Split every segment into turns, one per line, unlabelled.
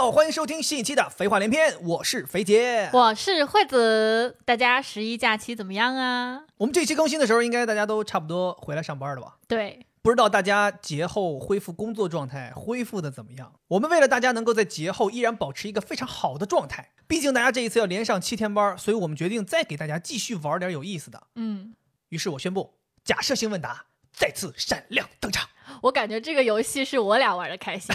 好，欢迎收听新一期的《废话连篇》，我是肥 姐。
我是惠子，大家十一假期怎么样啊？
我们这期更新的时候，应该大家都差不多回来上班了吧？
对，
不知道大家节后恢复工作状态恢复的怎么样？我们为了大家能够在节后依然保持一个非常好的状态，毕竟大家这一次要连上七天班，所以我们决定再给大家继续玩点有意思的。
嗯，
于是我宣布，假设性问答再次闪亮登场。
我感觉这个游戏是我俩玩的开心，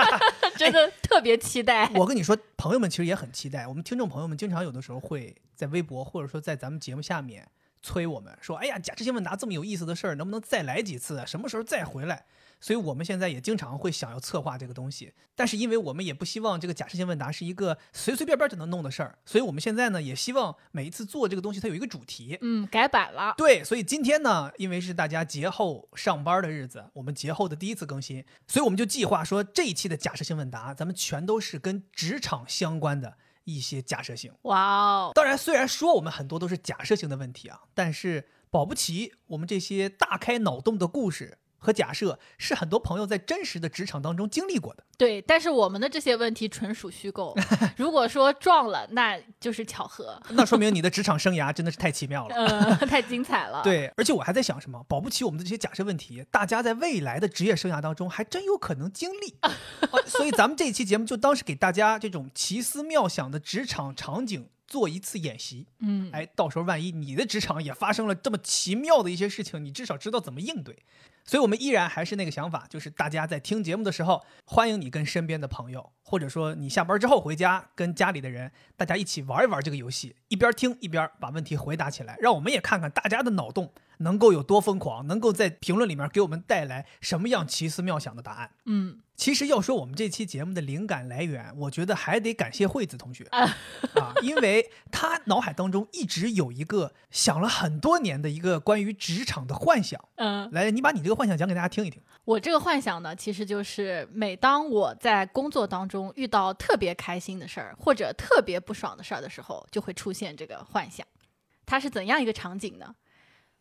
真的特别期待。
我跟你说，朋友们其实也很期待。我们听众朋友们经常有的时候会在微博或者说在咱们节目下面催我们说：“哎呀，假知性问答这么有意思的事儿，能不能再来几次啊？什么时候再回来？”所以我们现在也经常会想要策划这个东西，但是因为我们也不希望这个假设性问答是一个随随便便就能弄的事儿，所以我们现在呢也希望每一次做这个东西它有一个主题。
嗯，改版了，
对，所以今天呢，因为是大家节后上班的日子，我们节后的第一次更新，所以我们就计划说这一期的假设性问答，咱们全都是跟职场相关的一些假设性。
哇哦，
当然，虽然说我们很多都是假设性的问题啊，但是保不齐我们这些大开脑洞的故事和假设，是很多朋友在真实的职场当中经历过的。
对，但是我们的这些问题纯属虚 构，如果说撞了，那就是巧合，
那说明你的职场生涯真的是太奇妙了。
呃，太精彩 了。，
对，而且我还在想什么，保不齐我们的这些假设问题，大家在未来的职业生涯当中还真有可能经历。啊所以咱们这一期节目就当是给大家这种奇思妙想的职场场景做一次演习。
嗯，
哎，到时候万一你的职场也发生了这么奇妙的一些事情，你至少知道怎么应对。所以，我们依然还是那个想法，就是大家在听节目的时候，欢迎你跟身边的朋友，或者说你下班之后回家跟家里的人，大家一起玩一玩这个游戏，一边听一边把问题回答起来，让我们也看看大家的脑洞能够有多疯狂，能够在评论里面给我们带来什么样奇思妙想的答案。
嗯，
其实要说我们这期节目的灵感来源，我觉得还得感谢惠子同学
啊
啊，因为她脑海当中一直有一个想了很多年的一个关于职场的幻想。
嗯、
来，你把你这个幻想讲给大家听一听。
我这个幻想呢，其实就是每当我在工作当中遇到特别开心的事儿或者特别不爽的事儿的时候，就会出现这个幻想。它是怎样一个场景呢？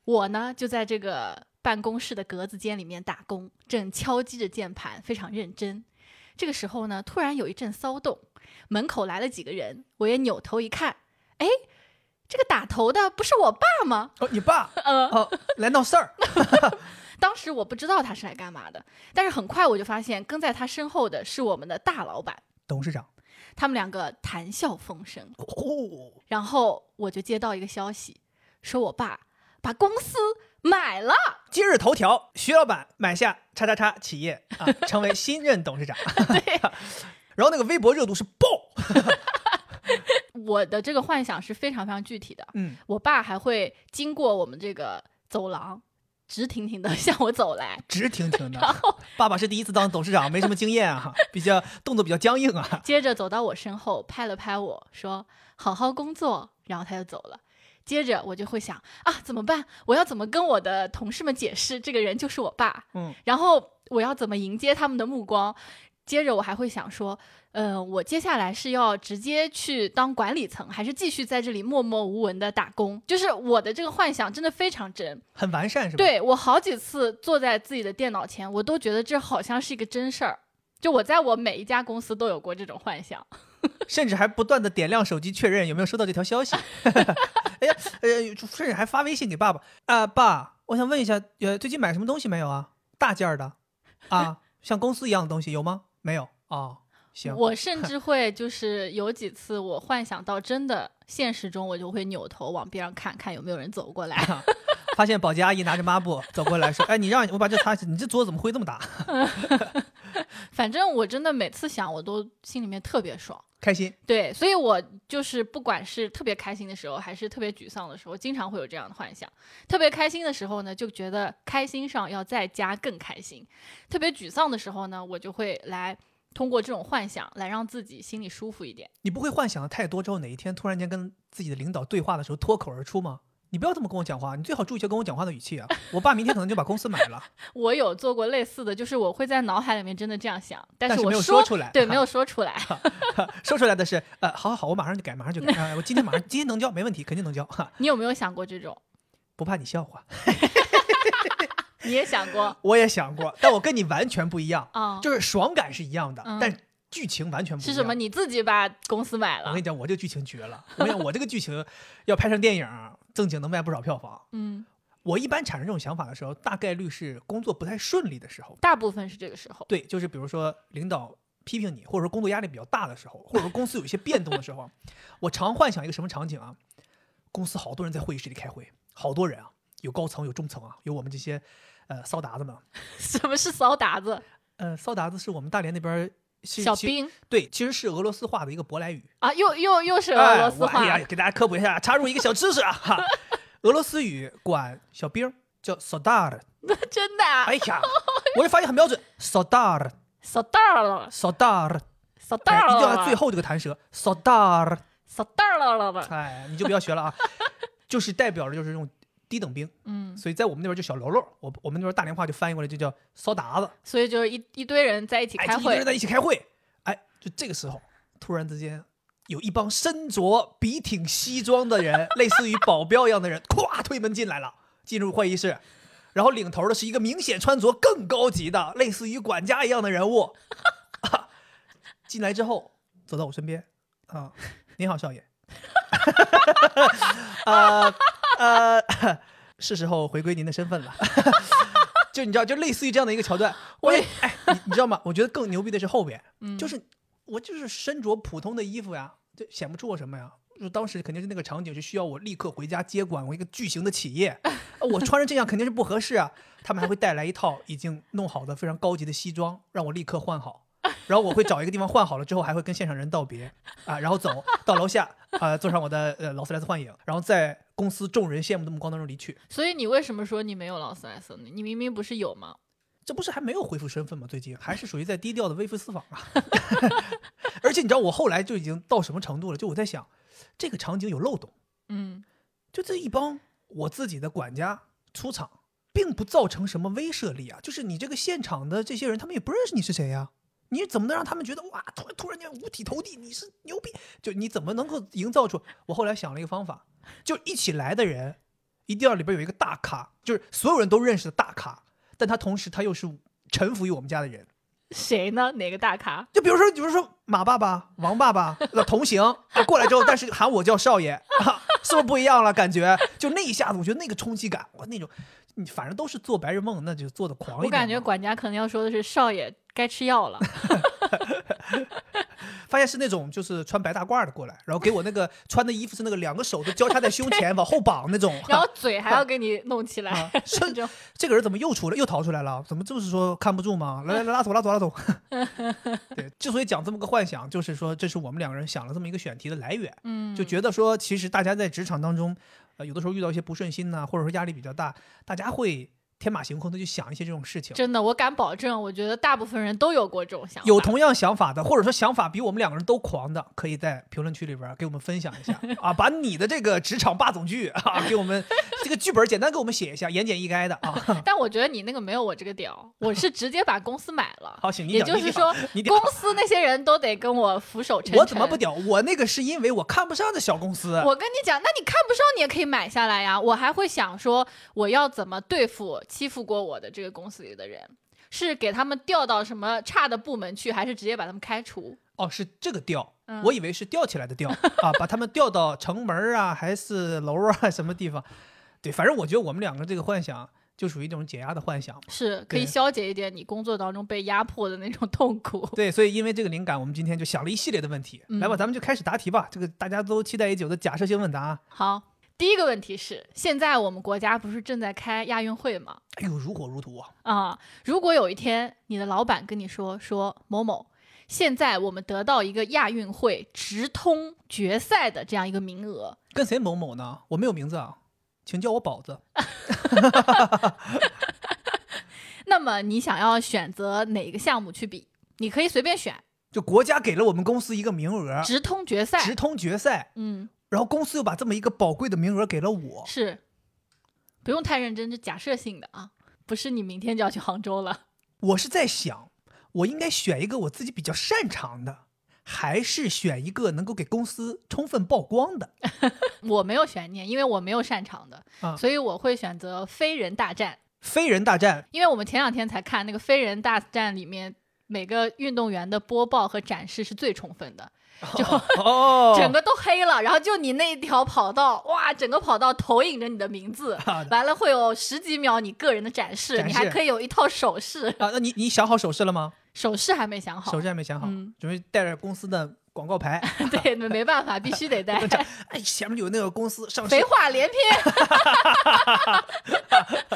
我呢就在这个办公室的格子间里面打工，正敲击着键盘，非常认真。这个时候呢，突然有一阵骚动，门口来了几个人，我也扭头一看，哎，这个打头的不是我爸吗？
哦，你 爸
呃，
哦来闹事儿，
当时我不知道他是来干嘛的，但是很快我就发现跟在他身后的是我们的大老板，
董事长。
他们两个谈笑风生。
哦，
然后我就接到一个消息，说我爸把公司买了。
今日头条：徐老板买下叉叉叉企业啊，成为新任董事长。
对，
然后那个微博热度是爆，
我的这个幻想是非常非常具体的。
嗯，
我爸还会经过我们这个走廊，直挺挺的 向我走来。
直挺挺的。爸爸是第一次当董事长，没什么经验啊，比较动作比较僵硬啊。
接着走到我身后，拍了拍我说：“好好工作。”然后他就走了。接着我就会想啊，怎么办？我要怎么跟我的同事们解释这个人就是我爸？
嗯，
然后我要怎么迎接他们的目光？接着我还会想说，呃，我接下来是要直接去当管理层，还是继续在这里默默无闻的打工？就是我的这个幻想真的非常真。
很完善是吧？，
对我好几次坐在自己的电脑前，我都觉得这好像是一个真事儿。就我在我每一家公司都有过这种幻想。
甚至还不断的点亮手机确认有没有收到这条消息。 哎呀，呃，甚至还发微信给爸爸啊、爸，我想问一下，呃，最近买什么东西没有啊？大件儿的 啊，像公司一样的东西有吗？没有哦，行，
我甚至会就是有几次我幻想到真的现实中，我就会扭头往边上看看有没有人走 过来。
发现保洁阿姨拿着抹布走过来说：“哎，你让我把这擦，你这桌子怎么灰这么大？
反正我真的每次想，我都心里面特别爽。
开心。
对，所以我就是不管是特别开心的时候，还是特别沮丧的时候，经常会有这样的幻想。特别开心的时候呢，就觉得开心上要再加更开心；特别沮丧的时候呢，我就会来通过这种幻想来让自己心里舒服一点。
你不会幻想的太多之后，哪一天突然间跟自己的领导对话的时候脱口而出吗？你不要这么跟我讲话，你最好注意一下跟我讲话的语气啊！我爸明天可能就把公司买了，
我有做过类似的，就是我会在脑海里面真的这样想， 但
但
是
是
我
没有
说
说出来
对，没有说出来。
说出来的是，呃，好好好，我马上就改，马上就 改，呃、我今天马上今天能交，没问题，肯定能交，哈，
你有没有想过这种？
不怕你笑话。
你也想过
我也想过，但我跟你完全不一样，
啊？
就是爽感是一样的，
嗯
但剧情完全不一样。
是什么？你自己把公司买
我
了
跟你？讲，我这个剧情绝了！ 我跟你讲，我这个剧情要拍成电影，正经能卖不少票房。
嗯，
我一般产生这种想法的时候，大概率是工作不太顺利的时候。
大部分是这个时候。
对，就是比如说领导批评你，或者说工作压力比较大的时候，或者说公司有一些变动的时候，我常幻想一个什么场景啊？公司好多人在会议室里开会，好多人啊，有高层，有中层啊，有我们这些呃骚达子们啊。
什么是骚达子？
呃，骚达子是我们大连那边儿是
小
其
兵
对，其实是俄罗斯话的一个舶来语。
啊，又又又是俄罗斯
哎我
话
哎呀，给大家科普一下，插入一个小知识啊，哈，俄罗斯语管小兵儿叫 sodar。
真的啊
哎 呀，我这发音很标准，sodar
骚蛋儿了，
sodar，
骚 蛋
哎
儿
一定要
了
在最，后这个弹舌，sodar。
骚蛋儿了 了吧？
哎，你就不要学了啊， 就是代表着就是这种低等兵，
嗯，
所以在我们那边就小喽啰，我我们那边大连话就翻译过来就叫骚达子。
所以就是一一堆人在一起
哎，
开
就一堆
会
人，在一起开会，哎，就这个时候，突然之间有一帮身着笔挺西装的人，类似于保镖一样的人，咵推门进来了，进入会议室，然后领头的是一个明显穿着更高级的，类似于管家一样的人物，啊进来之后走到我身边，啊，您好，少爷， 呃呃，是时候回归您的身份了。就你知道，就类似于这样的一个桥段，我也嗯哎，你你知道吗？我觉得更牛逼的是 后边，就是我就是身着普通的衣服呀，就显不出我什么呀。就当时肯定是那个场景是需要我立刻回家接管我一个巨型的企 业，呃我穿成这样肯定是不合适啊。他们还会带来一套已经弄好的非常高级的西装，让我立刻换 好。然后我会找一个地方换好了之后，还会跟现场人道别啊，然后走到楼下啊、坐上我的呃劳斯莱斯幻影，然后在公司众人羡慕的目光当中离去。
所以你为什么说你没有劳斯莱斯呢？你明明不是有吗？
这不是还没有恢复身份吗？最近还是属于在低调的微服私访啊。 而且你知道我后来就已经到什么程度了？就我在想，这个场景有漏洞，
嗯，
就这一帮我自己的管家出场，并不造成什么威慑力啊。就是你这个现场的这些人，他们也不认识你是谁呀、你怎么能让他们觉得哇，突突然间五体投地，你是牛逼？就你怎么能够营造出？我后来想了一个方法，就一起来的人，一定要里边有一个大咖，就是所有人都认识的大咖，但他同时他又是臣服于我们家的人。
谁呢？哪个大咖？
就比如说，比如说马爸爸、王爸爸那同 行啊过来之后，但是喊我叫少爷、啊，是不是不一样了？感觉就那一下子，我觉得那个冲击感，我那种，你反正都是做白日梦，那就做的狂一点嘛。
我感觉管家可能要说的是少爷该吃 药了。
发现是那种就是穿白大褂的过来，然后给我那个穿的衣服是那个两个手都交叉在胸前往后绑那种。
然后嘴还 要给你弄起来
啊，
这种
这个人怎么又出来又逃出来了？怎么就是说看不住吗？来来来，拉走拉走 拉走。对，之所以讲这么个幻想，就是说这是我们两个人想了这么一个选题的来源。
嗯，
就觉得说，其实大家在职场当中，呃，有的时候遇到一些不顺心呐、或者说压力比较大，大家会天马行空的去想一些这种事情。
真的，我敢保证，我觉得大部分人都有过这种想法。
有同样想法的，或者说想法比我们两个人都狂的，可以在评论区里边儿给我们分享一下啊，把你的这个职场霸总剧啊，给我们这个剧本简单给我们写一下，言简意赅的啊。
但我觉得你那个没有我这个屌，我是直接把公司买了。
好，行，你
也
讲，
就
你
是
讲
说，
你讲
公。司那些人都得跟我俯首称臣。
我怎么不？屌？我那个是因为我看不上这小公司。
我跟你讲，那你看不上你也可以买下来呀。我还会想说，我要怎么对付欺负过我的这个公司里的人？是给他们调到什么差的部门去，还是直接把他们开除？
哦，是这个调，
嗯
我以为是吊起来的吊啊，把他们吊到城门儿啊，还是楼儿啊，什么地方？对，反正我觉得我们两个这个幻想就属于这种解压的幻想。
是可以
对
消解一点你工作当中被压迫的那种痛苦。
对，所以因为这个灵感，我们今天就想了一系列的问题，
嗯
来吧，咱们就开始答题吧。这个大家都期待已久的假设性问答，啊
好，第一个问题是，现在我们国家不是正在开亚运会吗？
哎呦，如火如荼啊！
啊、如果有一天你的老板跟你说说某某，现在我们得到一个亚运会直通决赛的这样一个名额，
跟谁某某呢？我没有名字啊，请叫我宝子。
那么你想要选择哪个项目去比？你可以随便选，
就国家给了我们公司一个名额，
直通决赛。
啊直通决赛，
嗯，
然后公司又把这么一个宝贵的名额给了我。
是，不用太认真，这假设性的啊，不是你明天就要去杭州了。
我是在想，我应该选一个我自己比较擅长的，还是选一个能够给公司充分曝光的？
我没有悬念，因为我没有擅长的，
啊
所以我会选择飞人大战。
飞人大战
因为我们前两天才看那个《飞人大战》里面每个运动员的播报和展示是最充分的，就
哦，
整个都黑了，然后就你那一条跑道，哇，整个跑道投影着你的名字，
啊
完了会有十几秒你个人的展示，
展
你
示
还可以有一套手势，
啊，那你你想好手势了吗？
手势还没想好
手，势还没想好，
嗯
准备带着公司的广告牌，
对，没没办法，必 须得带
跟。着哎，前面有那个公司上市
肥，话连篇，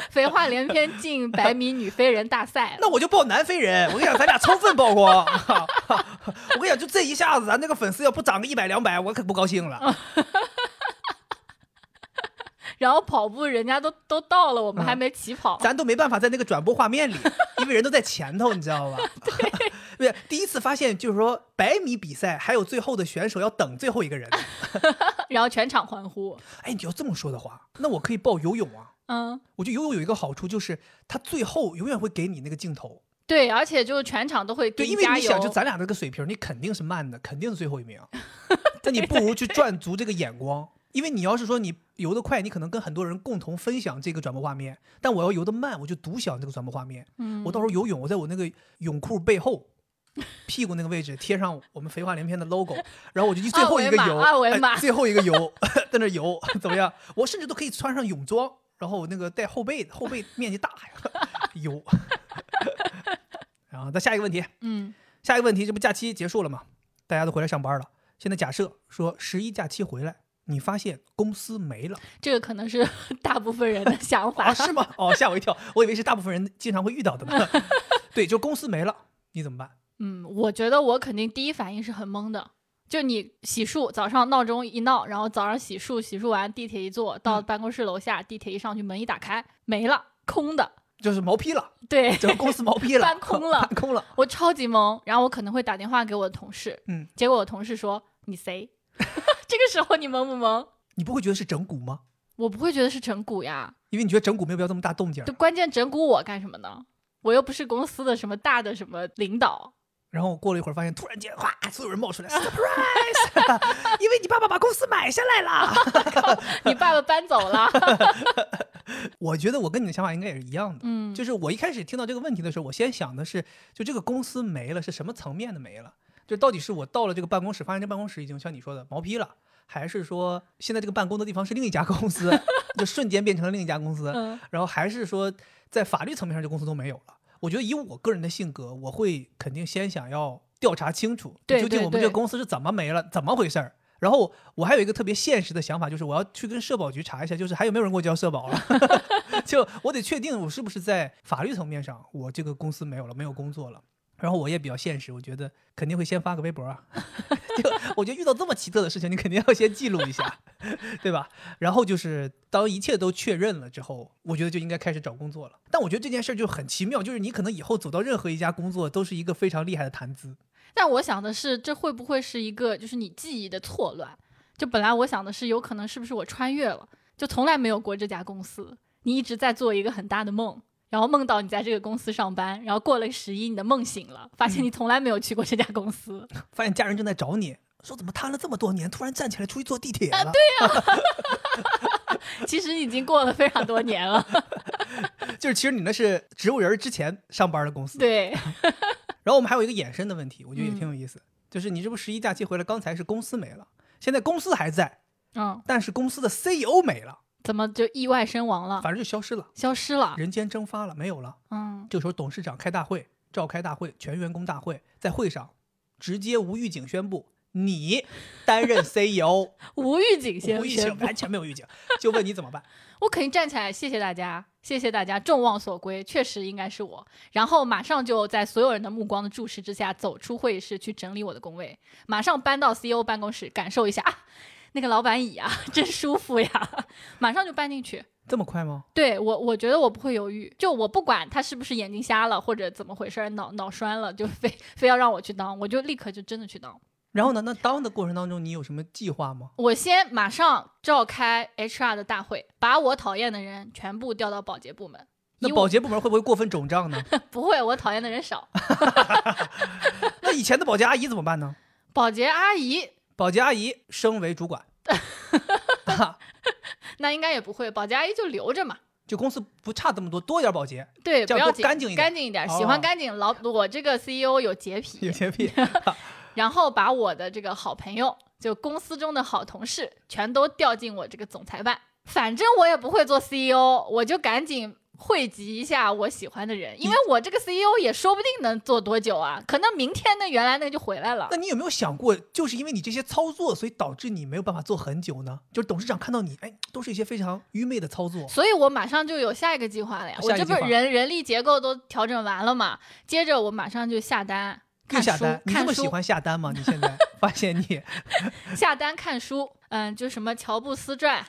肥话连篇进百米女飞人大赛了。
那我就报南非人。我跟你讲，咱俩充分曝光。 我跟你讲，就这一下子，咱那个粉丝要不涨个一百两百，我可不高兴了。
然后跑步人家都都到了，我们
嗯
还没起跑。
咱都没办法在那个转播画面里，因为人都在前头，你知道吧？ 对，第一次发现就是说百米比赛还有最后的选手要等最后一个人。
然后全场欢呼。
哎，你要这么说的话，那我可以报游泳啊。
嗯，
我觉得游泳有一个好处就是，它最后永远会给你那个镜头。
对，而且就全场都会给
对，因为
加
你
油。
想，就咱俩这个水平，你肯定是慢的，肯定是最后一名。 但你不如去赚足这个眼光，因为你要是说你游得快，你可能跟很多人共同分享这个转播画面；但我要游得慢，我就独享这个转播画面。
嗯
我到时候游泳，我在我那个泳裤背后。屁股那个位置贴上我们肥话连篇的 logo，然后我就一最后一个游，
二维码二维码
哎最后一个游，在那游怎么样？我甚至都可以穿上泳装，然后我那个带后背，后背面积大呀， 游。然后，再下一个问题，
嗯
下一个问题，这不假期结束了吗？大家都回来上班了。现在假设说十一假期回来，你发现公司没 了
这个可能是大部分人的想法。
啊？是吗？哦，吓我一跳，我以为是大部分人经常会遇到的 呢。对，就公司没了，你怎么办？
嗯，我觉得我肯定第一反应是很懵的。就你洗漱，早上闹钟一闹，然后早上洗漱，洗漱完地铁一坐到
嗯
办公室楼下，地铁一上去，门一打开，没了，空的。
就是毛坯了，
对，
整个公司毛坯了，
搬空了
搬空了。
我超级懵，然后我可能会打电话给我的同事，
嗯，
结果我同事说你谁？ 这个时候你懵不懵？
你不会觉得是整蛊吗？
我不会觉得是整蛊呀，
因为你觉得整蛊没有必要这么大动静儿
就。关键整蛊我干什么呢？我又不是公司的什么大的什么领导，
然后过了一会儿，发现突然间，哗，所有人冒出来，surprise！因为 你爸爸把公司买下来 了。
你爸爸搬走了，
我觉得我跟你的想法应该也是一样的。
嗯，
就是我一开始听到这个问题的时候，我先想的是，就这个公司没了是什么层面的没了？就到底是我到了这个办公室，发现这办公室已经像你说的毛坯了，还是说现在这个办公的地方是另一家公司， 就瞬间变成了另一家公司？
嗯
然后还是说在法律层面上，这公司都没有了？我觉得以我个人的性格，我会肯定先想要调查清楚，
对
究竟
对
我们这
对
个公司是怎么没了，怎么回事儿。然后我还有一个特别现实的想法，就是我要去跟社保局查一下，就是还有没有人给我交社保 了。就我得确定我是不是在法律层面上，我这个公司没有了，没有工作了。然后我也比较现实，我觉得肯定会先发个微博啊。 就我觉得遇到这么奇特的事情，你肯定要先记录一下，对吧？然后就是当一切都确认了之后，我觉得就应该开始找工作了。但我觉得这件事儿就很奇妙，就是你可能以后走到任何一家工作都是一个非常厉害的谈资。
但我想的是，这会不会是一个就是你记忆的错乱？就本来我想的是，有可能是不是我穿越了，就从来没有过这家公司，你一直在做一个很大的梦，然后梦到你在这个公司上班，然后过了十一，你的梦醒了，发现你从来没有去过这家公司，
发现家人正在找你，说怎么瘫了这么多年，突然站起来出去坐地铁了。
其实已经过了非常多年了。
就是其实你那是植物人儿之前上班的公司。
对，
然后我们还有一个衍生的问题，我觉得也挺有意思，就是你这不十一假期回来，刚才是公司没了，现在公司还在，
嗯，
但是公司的 CEO 没了，
怎么就意外身亡了，
反正就消失了，
消失了？
人间蒸发了，没有了。
嗯，
这时候董事长开大会，召开大会，全员工大会，在会上直接无预警宣布。你担任 CEO，
无预警先
无预警，完全没有预警，就问你怎么办？
我肯定站起来，谢谢大家，谢谢大家，众望所归，确实应该是我。然后马上就在所有人的目光的注视之下，走出会议室去整理我的工位，马上搬到 CEO 办公室，感受一下啊，那个老板椅啊， 真舒服呀， 马上就搬进去。
这么快吗？
对我，我觉得我不会犹豫，就我不管他是不是眼睛瞎了或者怎么回事儿，脑脑栓了，就非非要让我去当，我就立刻就真的去当。
然后呢？那当的过程当中，你有什么计划吗？
我先马上召开 HR 的大会，把我讨厌的人全部调到保洁部门。以
那
我
保洁部门会不会过分肿胀呢？
不会，我讨厌的人少。
那以前的保洁阿姨怎么办呢？
保洁阿姨
保洁阿姨升为主管，啊
那应该也不会，保洁阿姨就留着嘛。
就公司不差这么多，多一点保洁，
对，
这
不
样
要
多
紧，
干净一点
干净一点，喜欢
哦
干净。老我这个 CEO 有洁癖，
有洁癖。
然后把我的这个好朋友，就公司中的好同事，全都调进我这个总裁办。反正我也不会做 CEO，我就赶紧汇集一下我喜欢的人，因为
嗯
我这个 CEO 也说不定能做多久啊，可能明天那原来那个就回来了
那。你有没有想过，就是因为你这些操作，所以导致你没有办法做很久呢？就是董事长看到你，哎，都是一些非常愚昧的操作。
所以我马上就有下一个计划了呀！我
下一
这
个
不
计
是
划
人人力结构都调整完了嘛？接着我马上就下单，
又
看
下
书
单，，你这
看
么喜
书，
欢下单吗？你现在发现你
下单看书，嗯，就什么乔布斯传，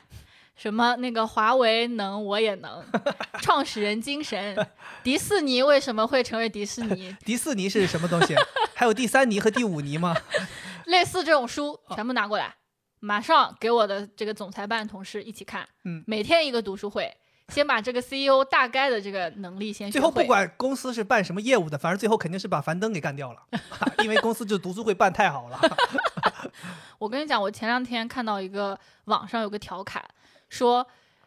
什么那个华为能我也能，创始人精神，迪士尼为什么会成为迪士尼？
迪士尼是什么东西？还有第三尼和第五尼吗？
哎类似这种书
哦
全部拿过来，马上给我的这个总裁办同事一起看，
嗯
每天一个读书会，先把这个 CEO 大概的这个能力先学
最
会。
后不管公司是办什么业务的，反正最后肯定是把樊登给干掉 了，因为公司就读书会办太好了。
我跟你讲，我前两天看到一个网上有个调侃，说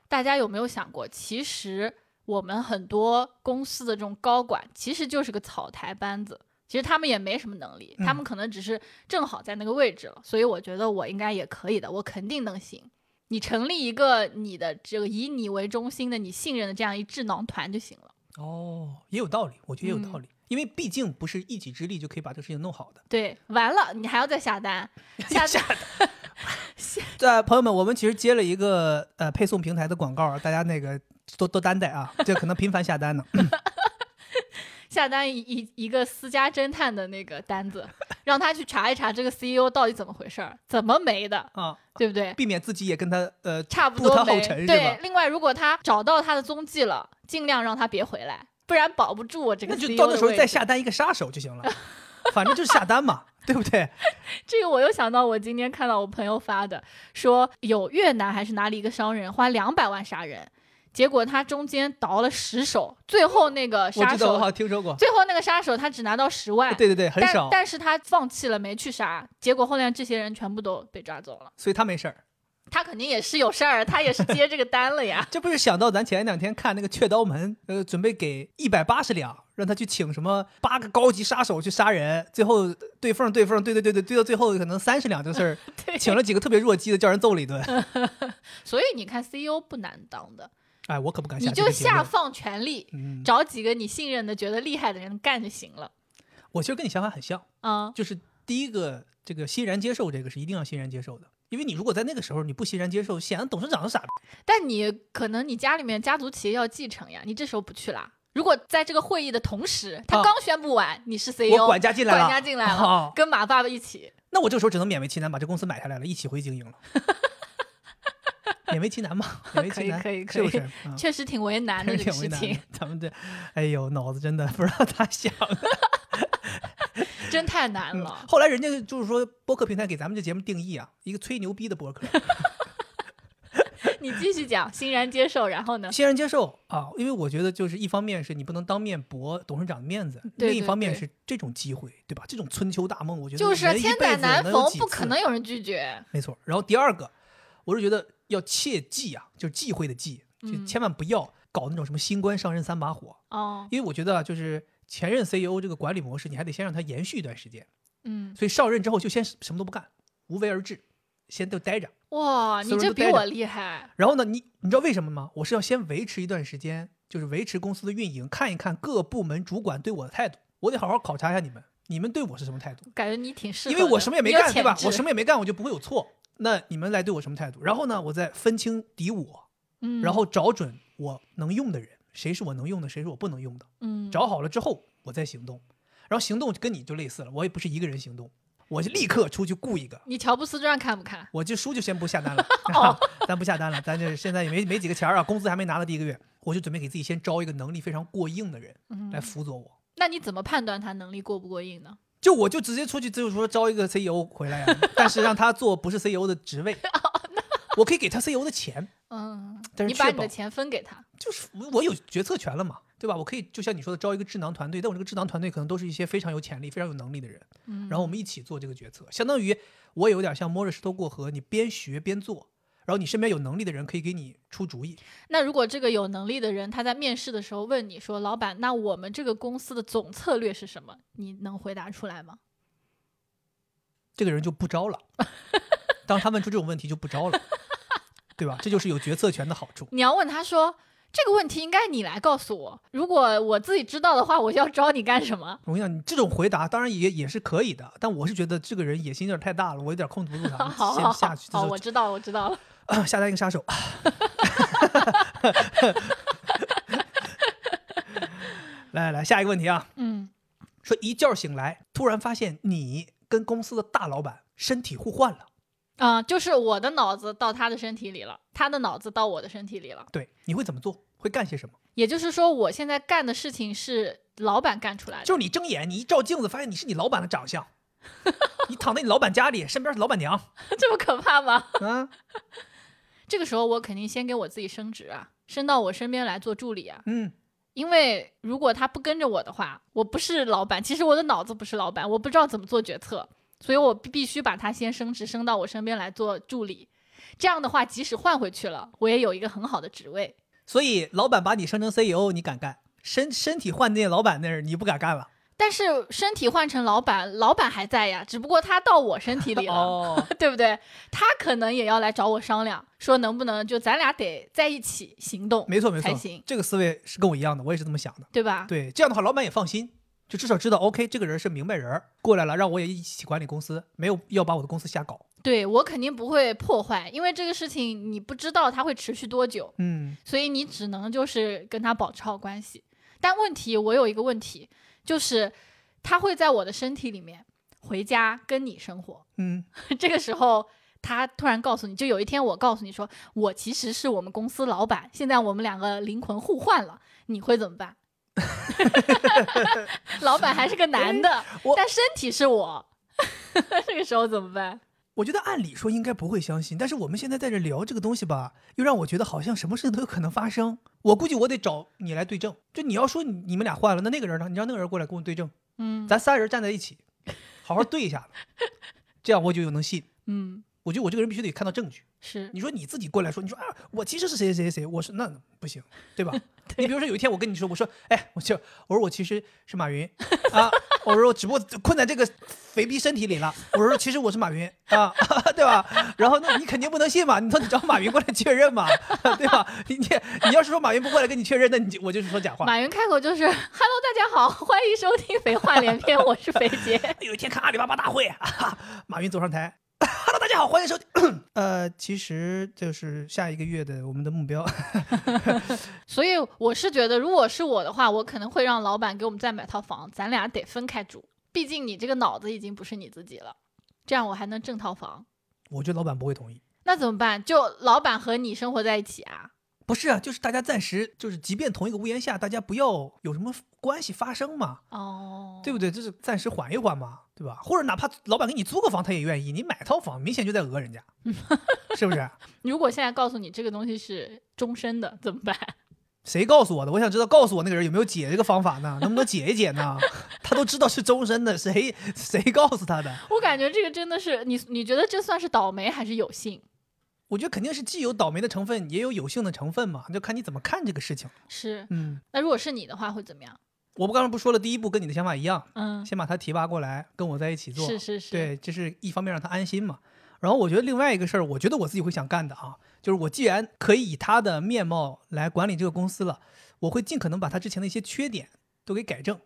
大家有没有想过，其实我们很多公司的这种高管其实就是个草台班子，其实他们也没什么能力，
嗯
他们可能只是正好在那个位置了。所以我觉得我应该也可以的，我肯定能行。你成立一个你的这个以你为中心的、你信任的这样一智囊团就行了。
哦，也有道理，我觉得也有道
嗯
理，因为毕竟不是一己之力就可以把这个事情弄好的。
对，完了你还要再下单，下
下单。对，朋友们，我们其实接了一个呃配送平台的广告，大家那个多多担待 啊，这可能频繁下单呢。
下单一一一个私家侦探的那个单子， 让他去查一查这个 CEO 到底怎么回事儿，怎么没的，
啊，
对不对？
避免自己也跟他呃
差不
步他后
多没。
尘是
对
吧，？
另外，如果他找到他的踪迹了，尽量让他别回来，不然保不住我这个
那
CEO
就
的
到那时候
位
再
置
下单一个杀手就行 了，反正就是下单嘛， 对不对？
这个我又想到，我今天看到我朋友发的，说有越南还是哪里一个商人花两百万杀人，结果他中间倒了十手，最后那个
我
杀
知道，我好
手，
像听说过。哎
最后那个杀手他只拿到十万，
对对对，很少
但，但是他放弃了，没去杀，结果后来这些人全部都被抓走了。
所以他没事儿。。
他肯定也是有事儿，他也是接这个单了呀
这不是想到咱前两天看那个《雀刀门》，呃，准备给一百八十两，让他去请什么八个高级杀手去杀人，最后对缝儿对缝儿对对对对对到最后可能三十两这 事儿，
对，
请了几个特别弱鸡的，叫人揍了一 顿。
所以你看，CEO 不难当的，
哎，我可不敢
你
下这
就
个结
下
论。
放权力，
嗯，
找几个你信任的、觉得厉害的人干就行了。
我其实跟你想法很像，
嗯，
就是第一个，这个欣然接受这个是一定要欣然接受的，因为你如果在那个时候你不欣然接受，显然董事长是傻逼。
但你可能你家里面家族企业要继承呀，你这时候不去啦。如果在这个会议的同时，他
啊
刚宣布完，你是 CEO，
我管家进来了，
哎管家进来了
哦
跟马爸爸一起，
那我这个时候只能勉为其难把这公司买下来了，一起回经 营了。勉为其难嘛，勉为其难，
可以可
是
以
不
可以
是？ 嗯
确实挺为难 的
真
这
是
个
挺为难
事情
的。。咱们这，哎呦，脑子真的 不知道咋想的。
真太难
嗯
了。
后来人家就是说，播客平台给咱们这节目定义啊，一个吹牛逼的播客，嗯
你继续讲，欣然接受，然后呢？
欣然接受啊。因为我觉得，就是一方面是你不能当面驳董事长的面子，
对
另一
对
方面
对
是这种机会，对吧？这种春秋大梦，我觉得
就是
人一
千
辈
载
子
难
能有
逢
几，
不可
次
能有人拒绝。
没错。然后第二个，我是觉得要切忌啊，就是忌讳的忌，就
嗯
千万不要搞那种什么新官上任三把火，
哦，
因为我觉得啊，就是前任 CEO 这个管理模式，你还得先让它延续一段时间。
嗯，
所以上任之后就先什么都不干，无为而治，先都待着。
哇，你
所有人都
这比
呆着
我厉害。
然后呢，你你知道为什么吗？我是要先维持一段时间，就是维持公司的运营，看一看各部门主管对我的态度，我得好好考察一下你们，你们对我是什么态度？
感觉你挺适合
因
的，
为我什么也没
你有
干，对
潜
吧？
质
我什么也没干，我就不会有错。那你们来对我什么态度？然后呢，我再分清敌我，
嗯，
然后找准我能用的人，谁是我能用的，谁是我不能用的。
嗯，
找好了之后，我再行动。然后行动跟你就类似了，我也不是一个人行动，我就立刻出去雇一个，
你乔布斯传看不看？
我这书就先不下 单了，
哦
咱不下单了，咱就是现在也没没几个钱儿啊，工资还没拿到第一个月，我就准备给自己先招一个能力非常过硬的人
嗯
来，辅佐我。
那你怎么判断他能力过不过硬呢？
就我就直接出去，就是说招一个 CEO 回来啊，但是让他做不是 CEO 的职 位，
哦
我可以给他 CEO 的钱，
嗯，
但是
你把
确
你的
保
钱分给他，
就是我我有决策权了嘛，对吧？我可以就像你说的招一个智囊团队，但我这个智囊团队可能都是一些非常有潜力、非常有能力的人，
嗯，
然后我们一起做这个决策，相当于我有点像摸着石头过河，你边学边做，然然后你身边有能力的人可以给你出主意。
那如果这个有能力的人他在面试的时候问你说：“老板，那我们这个公司的总策略是什么？”你能回答出来吗？
这个人就不招 了。当他问出这种问题就不招了，对吧？这就是有决策权的好处。
你要问他说：“这个问题应该你来告诉我，如果我自己知道的话，我要招你干什么
我跟你讲，你这种回答当然也也是可以的，但我是觉得这个人野心有点太大了，我有点控制不住？”他。
好
先
好
下
好
去，，
好，
就
哦我
是啊
知道，我知道了。
下单一个杀手。 来来来，下一个问题啊，
嗯，
说一觉醒来，突然发现你跟公司的大老板身体互换了。
啊、就是我的脑子到他的身体里了，他的脑子到我的身体里了。
对，你会怎么做？会干些什么？
也就是说，我现在干的事情是老板干出来的。
就是你睁眼，你一照镜子，发现你是你老板的长相， 你躺在你老板家里，身边是老板娘
这么 可怕吗？
啊，
这个时候我肯定先给我自己升职啊，升到我身边来做助理啊。
嗯，
因为如果他不跟着我的话，我不是老板，其实我的脑子不是老板，我不知道怎么做决策，所以我必必须把他先升职，升到我身边来做助理。这样的话，即使换回去了，我也有一个很好的职位。
所以老板把你升成 CEO，你敢干？身身体换那老板那儿，你不敢干了。
但是身体换成老板，老板还在呀，只不过他到我身体里了。
哦，
对不对？他可能也要来找我商量，说能不能就咱俩得在一起行动，
没错没
才
错
行，
这个思维是跟我一样的，我也是这么想的。
对吧？
对，这样的话老板也放心，就至少知道 OK 这个人是明白人儿过来了，让我也一起管理公司，没有要把我的公司瞎搞。
对我肯定不会破坏，因为这个事情你不知道它会持续多久，
嗯，
所以你只能就是跟他保持好关系。但问题我有一个问题，就是他会在我的身体里面回家跟你生活，
嗯，
这个时候。他突然告诉你，就有一天我告诉你说，我其实是我们公司老板，现在我们两个灵魂互换了，你会怎么办？ 老板还是个男的，
哎我
但身体是我， 这个时候怎么办？
我觉得按理说应该不会相信，但是我们现在在这聊这个东西吧，又让我觉得好像什么事情都有可能发生。我估计我得找你来对证。就你要说你你们俩换了，那那个人呢？你让那个人过来跟我对证，
嗯
咱仨人站在一起，好好对一下子这样我就有能信。
嗯，
我觉得我这个人必须得看到证据。
是
你说你自己过来说，你说啊，我其实是谁谁谁谁，我说那不行，对吧？你比如说有一天我跟你说，我说哎，我就我说我其实是马云啊，我说我只不过困在这个肥逼身体里了，我说其实我是马云啊， 对吧？然后那你肯定不能信嘛，你说你找马云过来确认嘛， 对吧？你你你要是说马云不过来跟你确认，那你就我就是说假话。
马云开口就是 “Hello，大家好，欢迎收听《肥话连篇》，我是肥姐。
有一天看阿里巴巴大会，哈哈，马云走上台。Hello，大家好，欢迎收听。 呃，其实就是下一个月的我们的目标，”
所以我是觉得，如果是我的话，我可能会让老板给我们再买套房，咱俩得分开住，毕竟你这个脑子已经不是你自己了，这样我还能挣套房。
我觉得老板不会同意。
那怎么办？就老板和你生活在一起啊？
不是啊，就是大家暂时就是，即便同一个屋檐下，大家不要有什么关系发生嘛，
哦，
对不对？就是暂时缓一缓嘛，对吧？或者哪怕老板给你租个房，他也愿意，你买套房明显就在讹人家，是不是？
如果现在告诉你这个东西是终身的，怎么办？
谁告诉我的？我想知道告诉我那个人有没有解这个方法呢？能不能解一解呢？ 他都知道是终身的，谁 谁告诉他的？
我感觉这个真的是你，你觉得这算是倒霉还是有幸？
我觉得肯定是既有倒霉的成分，也有有幸的成分嘛，就看你怎么看这个事情。
是，
嗯，
那如果是你的话会怎么样？
我不刚才不说了，第一步跟你的想法一样，
嗯，
先把他提拔过来，跟我在一起做。
是是是，
对，这是一方面让他安心嘛。然后我觉得另外一个事儿，我觉得我自己会想干的啊，就是我既然可以以他的面貌来管理这个公司了，我会尽可能把他之前的一些缺点都给改正。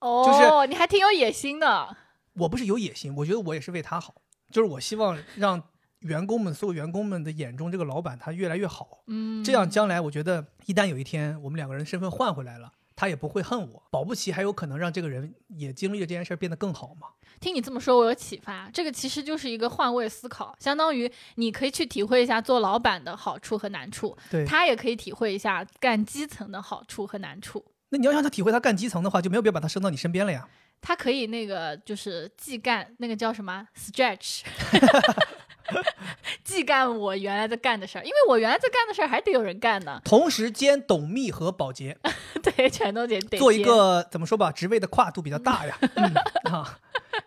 哦，
就是
你还挺有野心的，
我不是有野心，我觉得我也是为他好，就是我希望让员工们所有员工们的眼中这个老板他越来越好，
嗯，
这样将来我觉得一旦有一天我们两个人身份换回来了。他也不会恨我，保不齐还有可能让这个人也经历了这件事儿变得更好嘛。
听你这么说，我有启发。这个其实就是一个换位思考，相当于你可以去体会一下做老板的好处和难处，
对，
他也可以体会一下干基层的好处和难处。
那你要让他体会他干基层的话，就没有必要把他升到你身边了呀。
他可以那个就是技干，那个叫什么 stretch，技干我原来在干的事儿，因为我原来在干的事儿还得有人干 呢。
同时兼董秘和保洁，
对，全都得得
做一
接
个怎么说吧，职位的跨度比较大呀。嗯啊，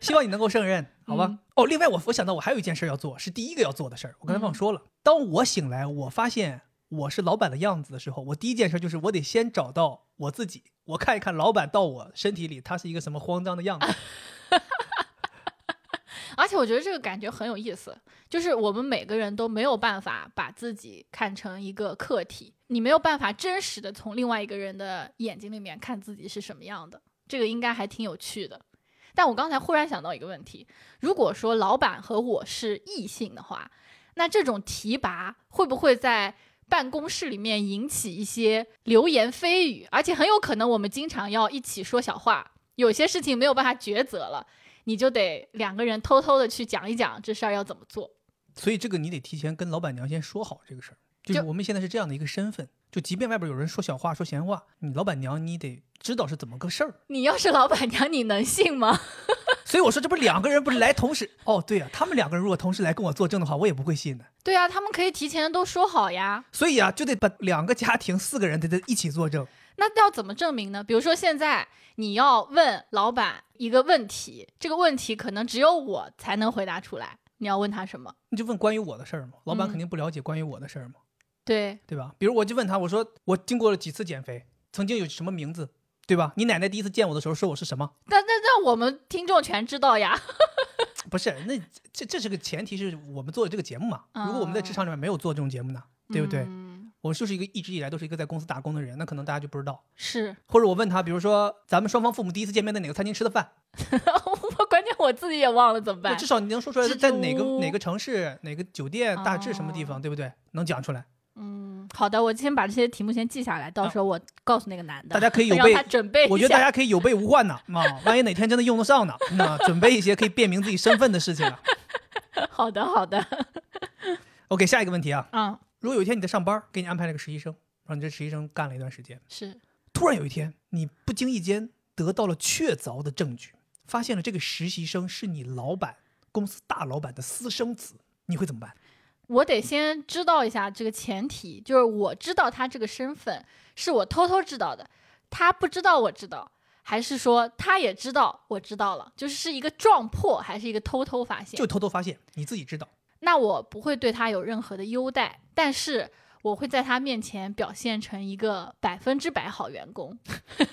希望你能够胜任，好吧？
嗯
哦，另外我我想到我还有一件事儿要做，是第一个要做的事儿。我刚才忘
嗯
说了，当我醒来，我发现我是老板的样子的时候，我第一件事就是我得先找到我自己，我看一看老板到我身体里他是一个什么慌张的样子。
啊而且我觉得这个感觉很有意思，就是我们每个人都没有办法把自己看成一个客体，你没有办法真实的从另外一个人的眼睛里面看自己是什么样的，这个应该还挺有趣的。但我刚才忽然想到一个问题：如果说老板和我是异性的话，那这种提拔会不会在办公室里面引起一些流言蜚语？而且很有可能我们经常要一起说小话，有些事情没有办法抉择了，你就得两个人偷偷的去讲一讲这事儿要怎么做。
所以这个你得提前跟老板娘先说好这个事儿，就是
就
我们现在是这样的一个身份，就即便外边有人说小话、说闲话，你老板娘你得知道是怎么个事儿。
你要是老板娘，你能信吗？
所以我说，这不是两个人不是来同时？哦，对啊，他们两个人如果同时来跟我作证的话，我也不会信的。
对啊，他们可以提前都说好呀。
所以啊，就得把两个家庭四个人得得一起作证。
那要怎么证明呢？比如说现在你要问老板一个问题，这个问题可能只有我才能回答出来，你要问他什么？
你就问关于我的事儿嘛，老板
嗯
肯定不了解关于我的事儿嘛，
对，
对吧？比如我就问他，我说我经过了几次减肥，曾经有什么名字，对吧？你奶奶第一次见我的时候说我是什么？
那那那我们听众全知道呀。
不是，那这这是个前提，是我们做的这个节目嘛。如果我们在职场里面没有做这种节目呢， 对不对？
嗯、
我就是一个一直以来都是一个在公司打工的人，那可能大家就不知道。
是，
或者我问他，比如说咱们双方父母第一次见面在哪个餐厅吃的饭，
我关键我自己也忘了怎么
那
办
至。少你能说出来
蜘
在哪个
蛛
哪个城市、哪个酒店、大致什
哦
么地方，对不对？能讲出来，
嗯，好的，我先把这些题目先记下来，到时候我告诉那个男的，
大家可以有
让
备
他。准备一下。
我觉得大家可以有备无患呐，啊，万一哪天真的用得上呢，那准备一些可以辨明自己身份的事情啊。
好的，好的，
OK，下一个问题啊，
嗯，
如果有一天你在上班，给你安排了个实习生，让你这实习生干了一段时间，
是，
突然有一天，你不经意间得到了确凿的证据，发现了这个实习生是你老板公司大老板的私生子，你会怎么办？
我得先知道一下这个前提，就是我知道他这个身份是我偷偷知道的，他不知道我知道，还是说他也知道我知道了，就是是一个撞破，还是一个偷偷发现？
就偷偷发现，你自己知道。
那我不会对他有任何的优待，但是我会在他面前表现成一个百分之百好员工。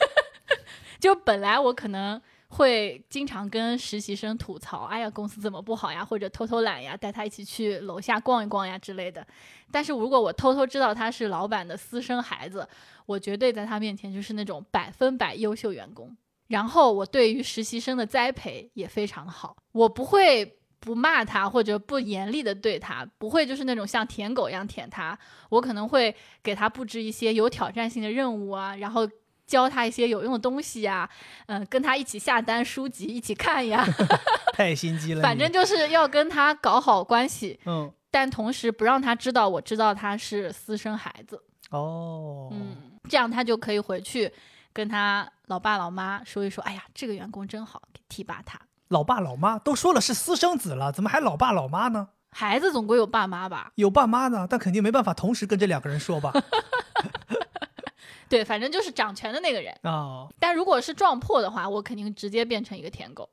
就本来我可能会经常跟实习生吐槽，哎呀，公司怎么不好呀，或者偷偷懒呀，带他一起去楼下逛一逛呀之类的。但是如果我偷偷知道他是老板的私生孩子，我绝对在他面前就是那种百分百优秀员工。然后我对于实习生的栽培也非常好，我不会不骂他或者不严厉的对他，不会就是那种像舔狗一样舔他。我可能会给他布置一些有挑战性的任务啊，然后教他一些有用的东西呀、嗯、跟他一起下单书籍一起看呀，
太心机了你，
反正就是要跟他搞好关系，
嗯
但同时不让他知道我知道他是私生孩子。
哦，
嗯，这样他就可以回去跟他老爸老妈说一说，哎呀，这个员工真好，提拔他。
老爸老妈都说了是私生子了，怎么还老爸老妈呢？
孩子总归有爸妈吧？
有爸妈呢，但肯定没办法同时跟这两个人说 吧？
对，反正就是掌权的那个人。
啊、
但如果是撞破的话，我肯定直接变成一个舔狗。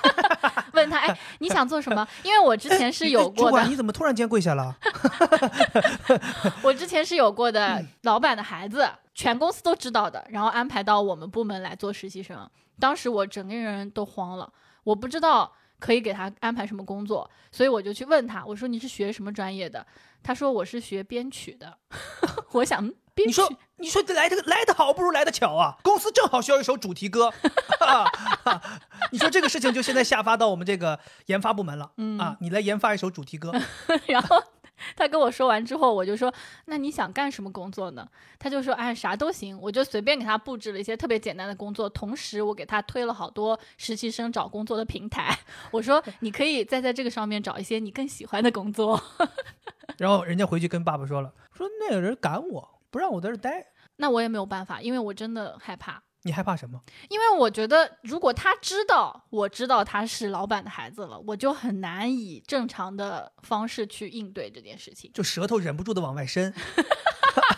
问他，哎，你想做什么？因为我之前是有
哎主
过
管
的，
你怎么突然间跪下 了？
我之前是有过
嗯
的，老板的孩子，全公司都知道的，然后安排到我们部门来做实习生。当时我整个人都慌了，我不知道可以给他安排什么工作，所以我就去问他，我说你是学什么专业的？他说我是学编曲的。 我想，嗯编
你
曲
说你说这来这个来得好不如来得巧啊！公司正好需要一首主题歌， 哈哈你说这个事情就现在下发到我们这个研发部门了、
嗯
啊！你来研发一首主题 歌，
然后他跟我说完之后，我就说：“那你想干什么工作呢？”他就说：“哎，啥都行。”我就随便给他布置了一些特别简单的工作，同时我给他推了好多实习生找工作的平台。 我说：“你可以再在这个上面找一些你更喜欢的工作。
然后人家回去跟爸爸说了，说那个人赶我，不让我在这儿待，”
那我也没有办法，因为我真的害怕。
你害怕什么？
因为我觉得，如果他知道我知道他是老板的孩子了，我就很难以正常的方式去应对这件事情。
就舌头忍不住的往外伸，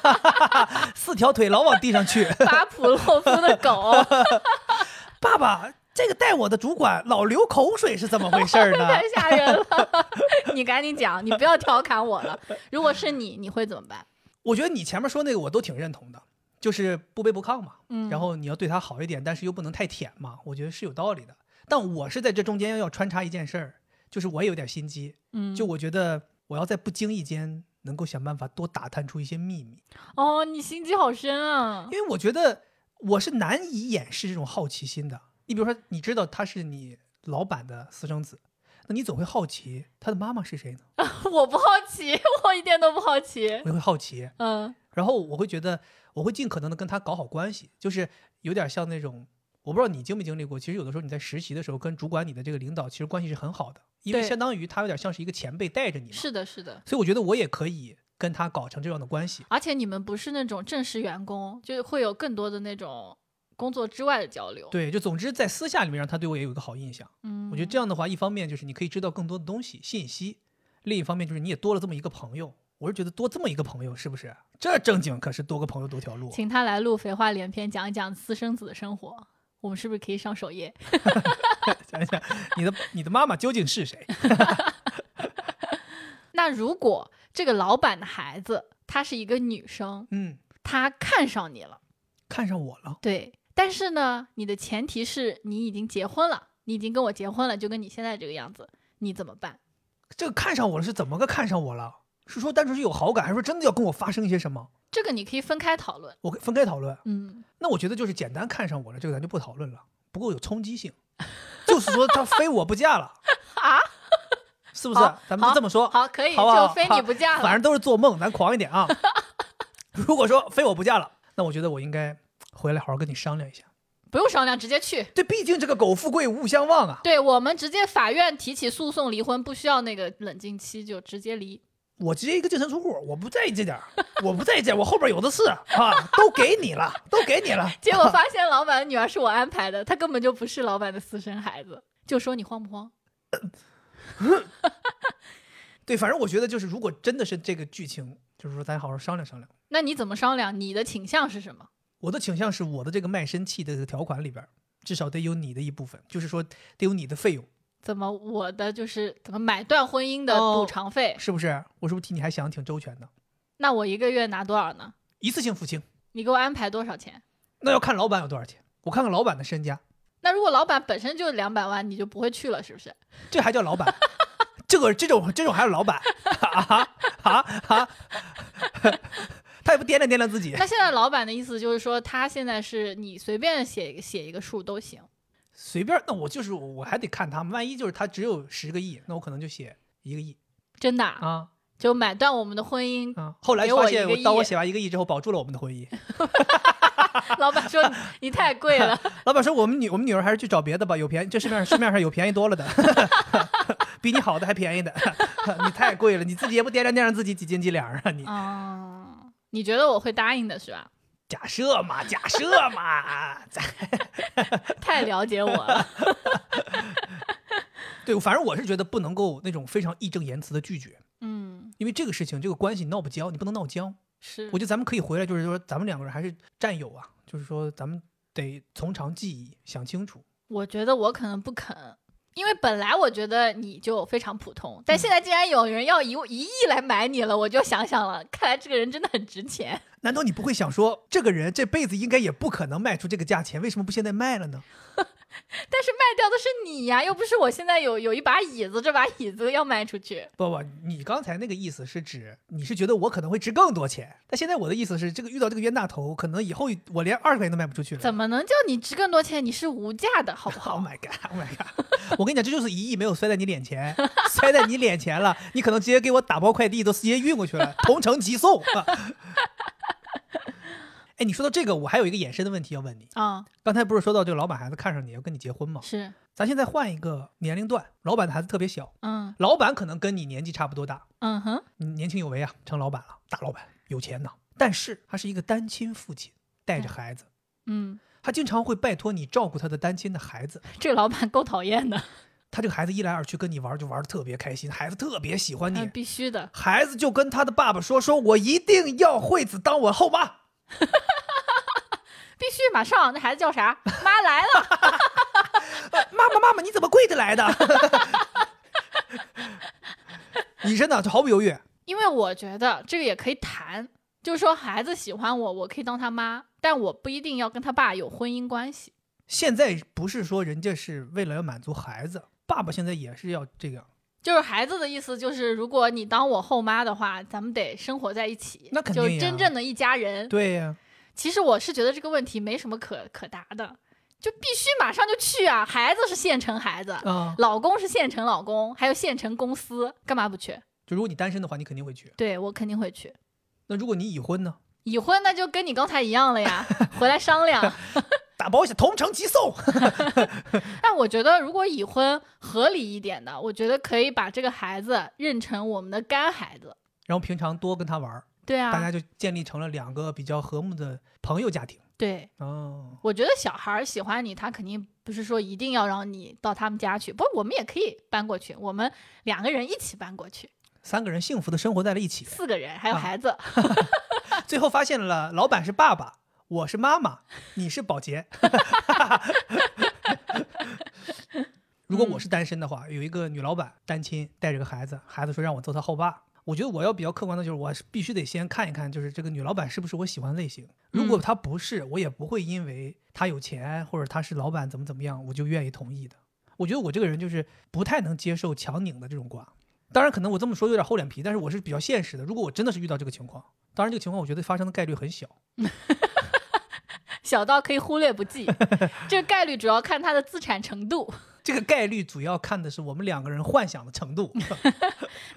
四条腿老往地上去。
巴甫洛夫的狗，
爸爸，这个带我的主管老流口水是怎么回事儿呢？
太吓人了！ 你赶紧讲，你不要调侃我了。如果是你，你会怎么办？
我觉得你前面说那个我都挺认同的，就是不卑不亢嘛。
嗯
然后你要对他好一点，但是又不能太舔嘛，我觉得是有道理的。但我是在这中间要穿插一件事儿，就是我也有点心机，
嗯，
就我觉得我要在不经意间能够想办法多打探出一些秘密，
哦，你心机好深啊！
因为我觉得我是难以掩饰这种好奇心的。你比如说，你知道他是你老板的私生子，那你总会好奇他的妈妈是谁呢？
我不好奇，我一点都不好奇。
我也会好奇，
嗯
然后我会觉得我会尽可能的跟他搞好关系，就是有点像那种，我不知道你经没经历过，其实有的时候你在实习的时候跟主管你的这个领导其实关系是很好的，因为
对
相当于他有点像是一个前辈带着你嘛，
是的，是的。
所以我觉得我也可以跟他搞成这样的关系。
而且你们不是那种正式员工，就是会有更多的那种工作之外的交流。，
对，就总之在私下里面让他对我也有一个好印象。
嗯，
我觉得这样的话，一方面就是你可以知道更多的东西信息，另一方面就是你也多了这么一个朋友。我是觉得多这么一个朋友是不是？这正经可是多个朋友多条路。
请他来录肥话连篇，讲一讲私生子的生活。我们是不是可以上首页？
想一想，你的你的妈妈究竟是谁？
那如果这个老板的孩子她是一个女生，
嗯，
她看上你了，
看上我了。
对，但是呢，你的前提是你已经结婚了，你已经跟我结婚了，就跟你现在这个样子，你怎么办？
这个看上我了是怎么个看上我了？是说单纯是有好感，还是说真的要跟我发生一些什么？
这个你可以分开讨论。
我可以分开讨论。
嗯，
那我觉得就是简单看上我了，这个咱就不讨论了，不够有冲击性。就是说他非我不嫁了
啊？
是不是
好？
咱们就这么说，
好，可以，
好不好
就非
好
你不嫁了。
反正都是做梦，咱狂一点 啊！如果说非我不嫁了，那我觉得我应该回来好好跟你商量一下。
不用商量，直接去。
对，毕竟这个苟富贵，勿相忘啊。
对我们直接法院提起诉讼离婚，不需要那个冷静期，就直接离。
我直接一个净身出户，我不在意这点儿，我不在意这点儿，我后边有的是啊，都给你了，都给你了。
结 果发现老板的女儿是我安排的，她根本就不是老板的私生孩子，就说你慌不慌？
对，反正我觉得就是，如果真的是这个剧情，就是说咱好好商量商量。
那你怎么商量？你的倾向是什么？
我的倾向是，我的这个卖身契的这个条款里边儿，至少得有你的一部分，就是说得有你的费用，
怎么我的就是怎么买断婚姻的
哦
补偿费？
是不是？我是不是替你还想得挺周全的？
那我一个月拿多少呢？
一次性付清，
你给我安排多少钱？
那要看老板有多少钱，我看看老板的身家，
那如果老板本身就两百万，你就不会去了，是不是？
这还叫老板？ 这个这种这种还是老板啊啊啊！ 他也不掂量掂量自 己，
那现在老板的意思就是说，他现在是你随便写一个写一个数都行。
随便儿。那我就是我还得看他，万一就是他只有十个亿，那我可能就写一个亿
真的啊、
啊。
就买断我们的婚姻。
啊！后来
给
发
我一
现，
个
我当我
亿
写完一个亿之后，保住了我们的婚姻。啊
老板说你你太贵 了，
老板说：“我们女我们女儿还是去找别的吧，有便宜，这市面上市面上有便宜多了的， 比你好的还便宜的， 你太贵了，你自己也不掂量掂量自己几斤几两啊你。
哦，你觉得我会答应的是吧？
假设嘛，假设嘛，咱
太了解我 了。
对，反正我是觉得不能够那种非常义正言辞的拒绝，
嗯，
因为这个事情这个关系闹不僵，你不能闹僵。
是
我觉得咱们可以回来，就是说咱们两个人还是战友啊，就是说咱们得从长计议，想清楚。
我觉得我可能不肯，因为本来我觉得你就非常普通，
嗯
但现在既然有人要一一亿来买你了，我就想想了，看来这个人真的很值钱。
难道你不会想说，这个人这辈子应该也不可能卖出这个价钱，为什么不现在卖了呢？
但是卖掉的是你呀，又不是我现在有有一把椅子，这把椅子要卖出去。
不不，你刚才那个意思是指你是觉得我可能会值更多钱，但现在我的意思是，这个遇到这个冤大头，可能以后我连二十块钱都卖不出去了。
怎么能叫你值更多钱？你是无价的，好不
Oh
好？
my god! Oh my god! 我跟你讲，这就是一亿没有摔在你脸前，摔在你脸前了，你可能直接给我打包快递，都直接运过去了，同城急送。啊 哎，你说到这个，我还有一个衍生的问题要问你。
啊、
刚才不是说到这个老板孩子看上你要跟你结婚吗？
是，
咱现在换一个年龄段，老板的孩子特别小，
嗯
老板可能跟你年纪差不多大，
嗯哼。
嗯年轻有为啊，成老板了，大老板，有钱呐。但是他是一个单亲父亲，带着孩子，
嗯，
他经常会拜托你照顾他的单亲的孩子。
这个老板够讨厌的，
他这个孩子一来二去跟你玩，就玩的特别开心，孩子特别喜欢
嗯
你。
必须的。
孩子就跟他的爸爸说：“说我一定要惠子当我后妈。
必须马上，那孩子叫啥？妈来了，”
呃来的。 你真的毫不犹豫，
因为我觉得这个也可以谈，就是说孩子喜欢我，我可以当他妈，但我不一定要跟他爸有婚姻关系。
现在不是说人家是为了要满足孩子，爸爸现在也是要这样，
就是孩子的意思，就是如果你当我后妈的话，咱们得生活在一起，
那肯定
就
呀
是真正的一家人。
对呀、
其实我是觉得这个问题没什么可可答的，就必须马上就去啊！孩子是现成孩子，
啊，
老公是现成老公，还有现成公司，干嘛不去？
就如果你单身的话，你肯定会去。
对我肯定会去。
那如果你已婚呢？
已婚那就跟你刚才一样 了呀，回来商量。
打保险同城即送。
但我觉得，如果已婚合理一点的，我觉得可以把这个孩子认成我们的干孩子。
然后平常多跟他玩儿，
对
大
啊，
家就建立成了两个比较和睦的朋友家庭。
对，
哦，
我觉得小孩儿喜欢你，他肯定不是说一定要让你到他们家去，不，我们也可以搬过去，我们两个人一起搬过去，
三个人幸福的生活在了一起，
四个人还有
啊
孩子，
最后发现了老板是爸爸，我是妈妈，你是保洁。 如果我是单身的话，有一个女老板单亲带着个孩子，孩子说让我做她后爸。我觉得我要比较客观的就是，我是必须得先看一看，就是这个女老板是不是我喜欢的类型。如果她不是，我也不会因为她有钱或者她是老板怎么怎么样，我就愿意同意的。我觉得我这个人就是不太能接受强拧的这种瓜。当然，可能我这么说有点厚脸皮，但是我是比较现实的。如果我真的是遇到这个情况，当然这个情况我觉得发生的概率很小。
小到可以忽略不 计，这个概率主要看他的资产程度。
这个概率主要看的是我们两个人幻想的程度。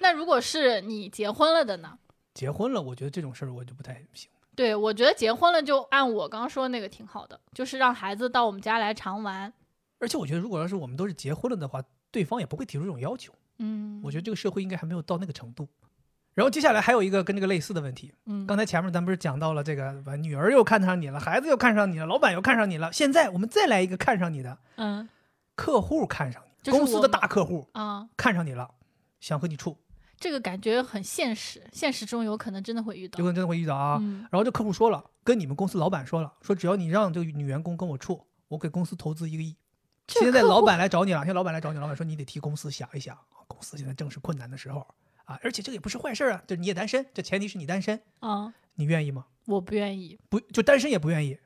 那如果是你结婚了的呢？
结婚了，我觉得这种事儿我就不太行。
对，我觉得结婚了就按我刚说那个挺好的，就是让孩子到我们家来常玩。
而且我觉得，如果要是我们都是结婚了的话，对方也不会提出这种要求。
嗯，
我觉得这个社会应该还没有到那个程度。然后接下来还有一个跟这个类似的问题。
嗯
刚才前面咱不是讲到了这个，把女儿又看上你了，孩子又看上你了，老板又看上你了。现在我们再来一个看上你的
嗯
客户看上你，
就是
公司
我
的
们
大客户
啊、
看上你了，想和你处，
这个感觉很现实，现实中有可能真的会遇到
有可。能真的会遇到啊。
嗯
然后这客户说了，跟你们公司老板说了，说只要你让这个女员工跟我处，我给公司投资一个亿。
这个
现在
客户
老板来找你了，现在老板来找你，老板说你得替公司想一想，啊公司现在正是困难的时候啊，而且这个也不是坏事儿啊，就是你也单身，这前提是你单身，
啊、
你愿意吗？
我不愿意，
不，就单身也不愿意，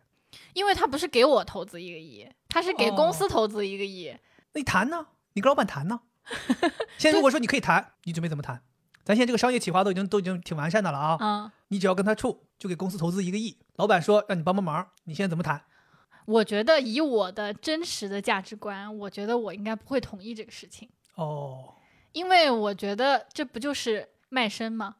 因为他不是给我投资一个亿，他是
哦
给公司投资一个亿。
那你谈呢？你跟老板谈呢？ 现在如果说你可以谈，你准备怎么谈？咱现在这个商业企划都已经都已经挺完善的了啊，
啊、
你只要跟他处，就给公司投资一个亿。老板说让你帮帮忙，你现在怎么谈？
我觉得以我的真实的价值观，我觉得我应该不会同意这个事情，
哦，
因为我觉得这不就是卖身吗？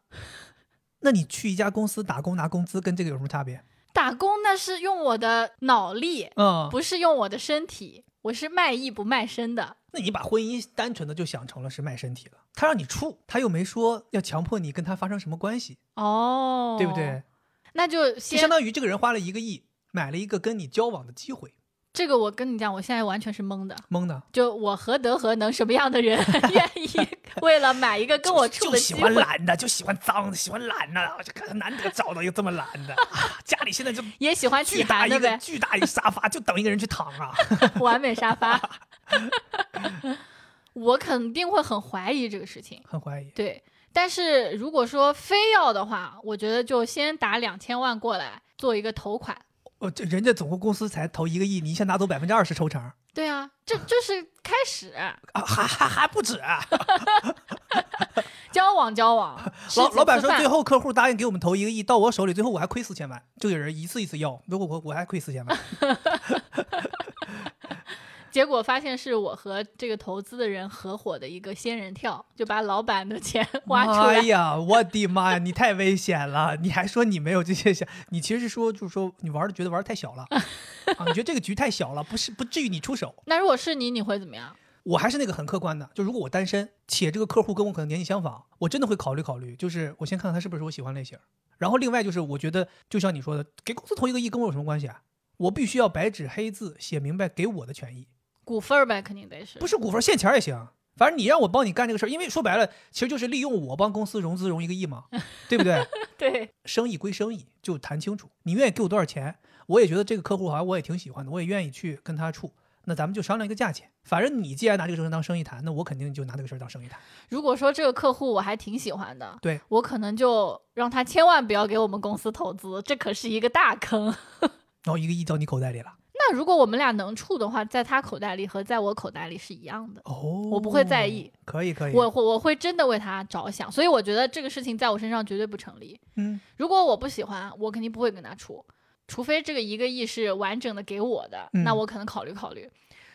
那你去一家公司打工拿工资，跟这个有什么差别？
打工那是用我的脑力，
嗯，
不是用我的身体，我是卖艺不卖身的。
那你把婚姻单纯的就想成了是卖身体了。他让你处，他又没说要强迫你跟他发生什么关系，
哦，
对不？对？
那就
就
先
相当于这个人花了一个亿买了一个跟你交往的机会，
这个，我跟你讲，我现在完全是懵的。
懵的。
就我何德何能，什么样的人 愿意为了买一个跟我处
就
的
喜
机
欢
会，
懒的，就喜欢脏的，喜欢懒的，这个难得找到一个这么懒的。啊家里 现在就
也喜欢
巨
体
大
寒
一
的
个
呗，
巨大一个沙发，就等一个人去躺 啊。
完美沙发。 我肯定会很怀疑这个事情，
很怀疑，
对。但是如果说非要的话，我觉得就先打两千万过来做一个头款。
哦，这人家总共公司才投一个亿，你一下拿走百分之二十抽成啊，
对啊，这这是开始
还还还不止、啊
交往交往。吃
老
几
老板
次
说，
饭
最后客户答应给我们投一个亿，到我手里，最后我还亏四千万。这个人一次一次要，如果我我还亏四千万，
结果发现是我和这个投资的人合伙的一个仙人跳，就把老板的钱挖出
哎
来。
呀，我的妈呀，你太危险了！你还说你没有这些想，你其实是说就是说你玩的觉得玩的太小 了啊，你觉得这个局太小了，不是不至于你出手。
那如果是你，你会怎么样？
我还是那个很客观的，就如果我单身，且这个客户跟我可能年纪相仿，我真的会考虑考虑，就是我先看看他是不是我喜欢类型。然后另外就是，我觉得就像你说的，给公司投一个亿跟我有什么关系啊？我必须要白纸黑字写明白给我的权益。
股份儿呗，肯定得是。
不是股份，现钱儿也行。反正你让我帮你干这个事儿，因为说白了，其实就是利用我帮公司融资融一个亿嘛，对不对？
对，
生意归生意，就谈清楚，你愿意给我多少钱，我也觉得这个客户好像我也挺喜欢的，我也愿意去跟他处。那咱们就商量一个价钱。反正你既然拿这个事儿当生意谈，那我肯定就拿这个事儿当生意谈。
如果说这个客户我还挺喜欢的，
对
我可能就让他千万不要给我们公司投资，这可是一个大坑。
然后一个亿到你口袋里了，
那如果我们俩能处的话，在他口袋里和在我口袋里是一样的，
哦，
我不会在意。
可以可以，
我会我会真的为他着想，所以我觉得这个事情在我身上绝对不成立。
嗯，
如果我不喜欢，我肯定不会跟他处，除非这个一个亿是完整的给我的，
嗯
那我可能考虑考虑。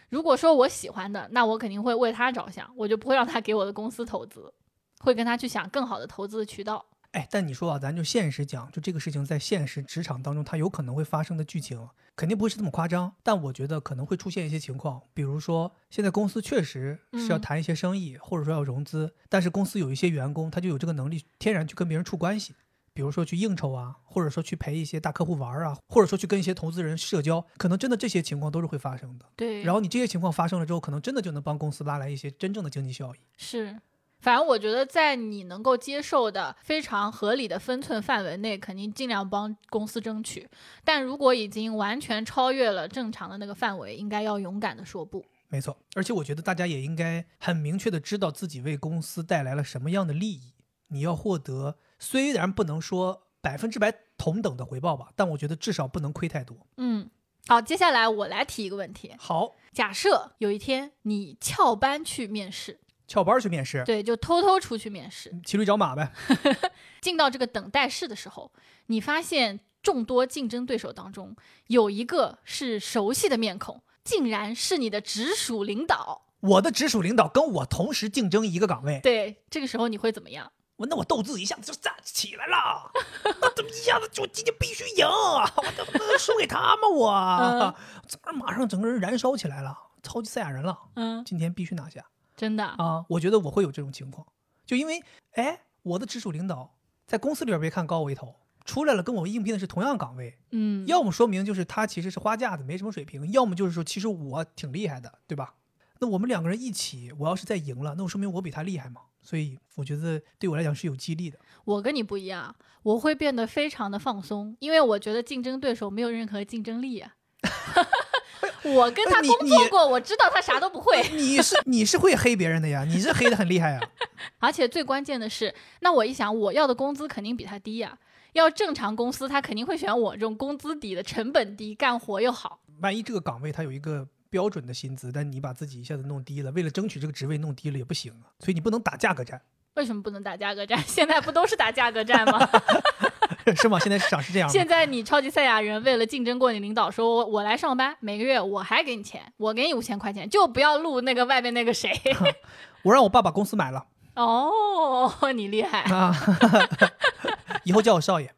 如果说我喜欢的，那我肯定会为他着想，我就不会让他给我的公司投资，会跟他去想更好的投资渠道。
哎，但你说啊，咱就现实讲，就这个事情在现实职场当中，它有可能会发生的剧情，肯定不会是这么夸张。但我觉得可能会出现一些情况，比如说现在公司确实是要
嗯
谈一些生意，或者说要融资，但是公司有一些员工他就有这个能力，天然去跟别人处关系，比如说去应酬啊，或者说去陪一些大客户玩儿啊，或者说去跟一些投资人社交，可能真的这些情况都是会发生的。
对，
然后你这些情况发生了之后，可能真的就能帮公司拉来一些真正的经济效益。
是，反正我觉得在你能够接受的非常合理的分寸范围内，肯定尽量帮公司争取。但如果已经完全超越了正常的那个范围，应该要勇敢的说不。
没错，而且我觉得大家也应该很明确的知道自己为公司带来了什么样的利益。你要获得，虽然不能说百分之百同等的回报吧，但我觉得至少不能亏太多。
嗯，好，接下来我来提一个问题：
好，
假设有一天你翘班去面试，
翘班去面试，
对，就偷偷出去面试，
骑驴找马呗。
进到这个等待室的时候，你发现众多竞争对手当中有一个是熟悉的面孔，竟然是你的直属领导。
我的直属领导跟我同时竞争一个岗位，
对，这个时候你会怎么样？
我那我斗志一下子就站起来了，我怎么一下子就今天必须赢啊，我怎么能输给他们？我
嗯
整个人马上整个人燃烧起来了，超级赛亚人了，
嗯，
今天必须拿下。
真的，
啊，我觉得我会有这种情况，就因为哎，我的直属领导在公司里边别看高我一头，出来了跟我应聘的是同样岗位，
嗯，
要么说明就是他其实是花架子，没什么水平，要么就是说其实我挺厉害的，对吧？那我们两个人一起，我要是再赢了，那我说明我比他厉害嘛，所以我觉得对我来讲是有激励的。
我跟你不一样，我会变得非常的放松，因为我觉得竞争对手没有任何竞争 力啊。我跟他
哎你
工
你
作过，我知道他啥都不会。
你是你是会黑别人的呀，你是黑的很厉害呀。
而且最关键的是，那我一想，我要的工资肯定比他低呀、要正常公司，他肯定会选我这种工资低的、成本低、干活又好。
万一这个岗位它有一个标准的薪资，但你把自己一下子弄低了，为了争取这个职位弄低了也不行啊，所以你不能打价格战，
为什么不能打价格战？ 现在不都是打价格战吗？
是吗？现在市场是这样吗？
现在你超级赛亚人为了竞争过你领导，说我我来上班，每个月我还给你钱，我给你五千块钱，就不要录那个外面那个谁。
我让我爸把公司买了
哦，你厉害，
啊，以后叫我少爷。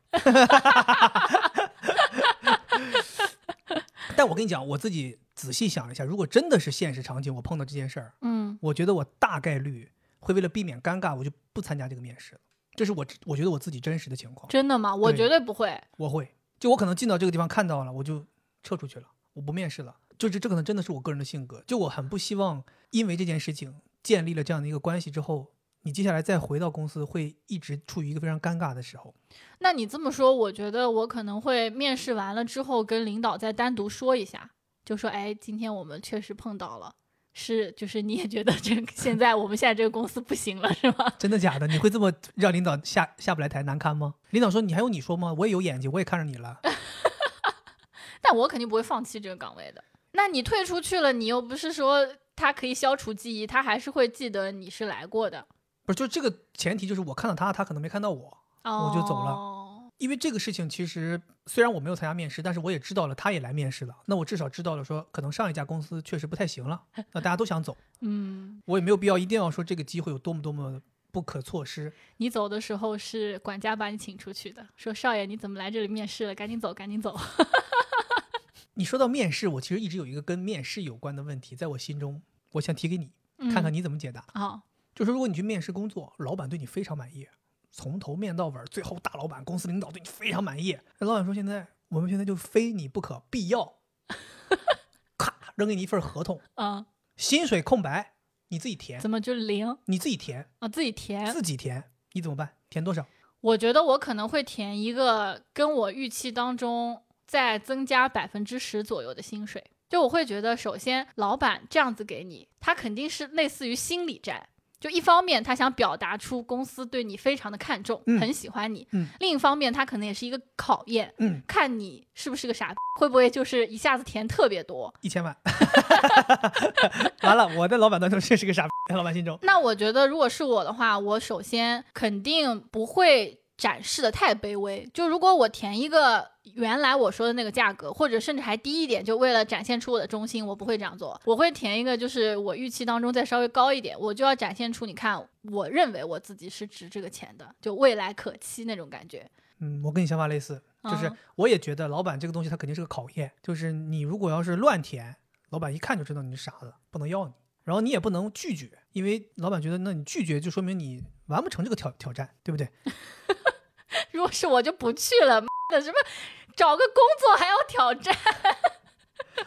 但我跟你讲，我自己仔细想了一下，如果真的是现实场景，我碰到这件事儿，
嗯
我觉得我大概率会为了避免尴尬，我就不参加这个面试了。这是我我觉得我自己真实的情况，
真的吗？我
对
绝对不会。
我会就我可能进到这个地方看到了，我就撤出去了，我不面试了。就这这可能真的是我个人的性格，就我很不希望因为这件事情建立了这样的一个关系之后，你接下来再回到公司会一直处于一个非常尴尬的时候。
那你这么说，我觉得我可能会面试完了之后跟领导再单独说一下，就说，哎，今天我们确实碰到了，是就是你也觉得这个 现在我们现在这个公司不行了，是吗？
真的假的？你会这么让领导下下不来台难堪吗？领导说你还用你说吗？我也有眼睛，我也看着你了。
但我肯定不会放弃这个岗位的。那你退出去了，你又不是说他可以消除记忆，他还是会记得你是来过的。
不是，就这个前提就是我看到他，他可能没看到我。
哦，
我就走了
了。
因为这个事情其实虽然我没有参加面试，但是我也知道了他也来面试了，那我至少知道了说可能上一家公司确实不太行了，那大家都想走，
嗯，
我也没有必要一定要说这个机会有多么多么不可错失。
你走的时候是管家把你请出去的，说少爷你怎么来这里面试了？赶紧走，赶紧走。
你说到面试，我其实一直有一个跟面试有关的问题在我心中，我想提给你看看
你
你怎么解答。
啊、
就是如果你去面试工作，老板对你非常满意，从头面到尾，最后大老板、公司领导对你非常满意。那老板说：“现在我们现在就非你不可，必要。” 咔，扔给你一份合同，
嗯，
薪水空白，你自己填，
怎么就零？
你自己填，
啊，自己填。
自己填，你怎么办？填多少？
我觉得我可能会填一个跟我预期当中再增加百分之十左右的薪水。就我会觉得，首先老板这样子给你，他肯定是类似于心理战。就一方面，他想表达出公司对你非常的看重，
嗯
很喜欢你；
嗯
另一方面，他可能也是一个考验，
嗯，
看你是不是个傻逼，会不会就是一下子填特别多。
一千万， 完了，我在老板当中确实个傻逼，在老板心中，
那我觉得，如果是我的话，我首先肯定不会展示的太卑微。就如果我填一个原来我说的那个价格，或者甚至还低一点，就为了展现出我的忠心，我不会这样做。我会填一个就是我预期当中再稍微高一点，我就要展现出你看，我认为我自己是值这个钱的，就未来可期那种感觉。
嗯，我跟你想法类似，就是
嗯
我也觉得老板这个东西他肯定是个考验，就是你如果要是乱填，老板一看就知道你是傻子，不能要你，然后你也不能拒绝，因为老板觉得那你拒绝就说明你完不成这个挑挑战，对不对？
如果是我就不去了，妈的什么找个工作还要挑战，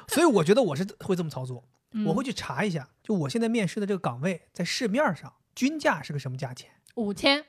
所以我觉得我是会这么操作，我会
嗯
去查一下，就我现在面试的这个岗位在市面上均价是个什么价钱。
五千。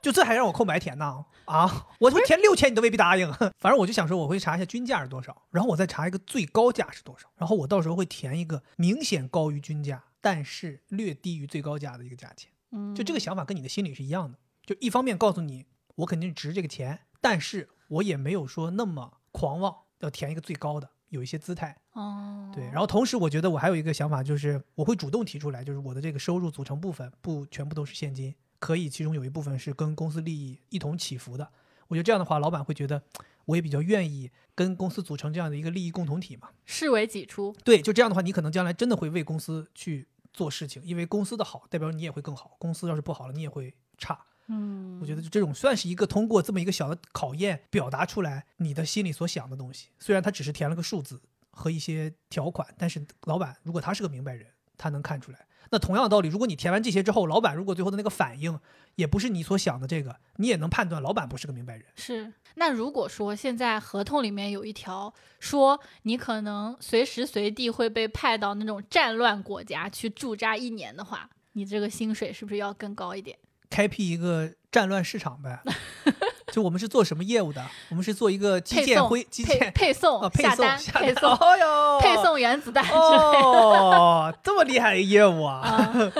就这还让我空白填呢？啊，我他妈填六千你都未必答应。 反正我就想说，我会查一下均价是多少，然后我再查一个最高价是多少，然后我到时候会填一个明显高于均价，但是略低于最高价的一个价钱。
嗯，
就这个想法跟你的心理是一样的，就一方面告诉你我肯定值这个钱，但是我也没有说那么狂妄，要填一个最高的，有一些姿态。
哦，
对，然后同时我觉得我还有一个想法，就是我会主动提出来，就是我的这个收入组成部分不全部都是现金，可以其中有一部分是跟公司利益一同起伏的。我觉得这样的话，老板会觉得我也比较愿意跟公司组成这样的一个利益共同体嘛。
视为己出。
对，就这样的话，你可能将来真的会为公司去做事情，因为公司的好代表你也会更好，公司要是不好了，你也会差。
嗯，
我觉得就这种算是一个通过这么一个小的考验表达出来你的心里所想的东西。虽然他只是填了个数字和一些条款，但是老板如果他是个明白人，他能看出来。那同样的道理，如果你填完这些之后，老板如果最后的那个反应也不是你所想的这个，你也能判断老板不是个明白人。
是，那如果说现在合同里面有一条说你可能随时随地会被派到那种战乱国家去驻扎一年的话，你这个薪水是不是要更高一点？
开辟一个战乱市场 呗。就我们是做什么业务的？我们是做一个基
配
建
送
灰基
配
建
配送、
啊，配
下
送
单、
下
配
单
送、
哎呦，
配送原子 弹之类的。
哦，这么厉害的业务啊！
啊，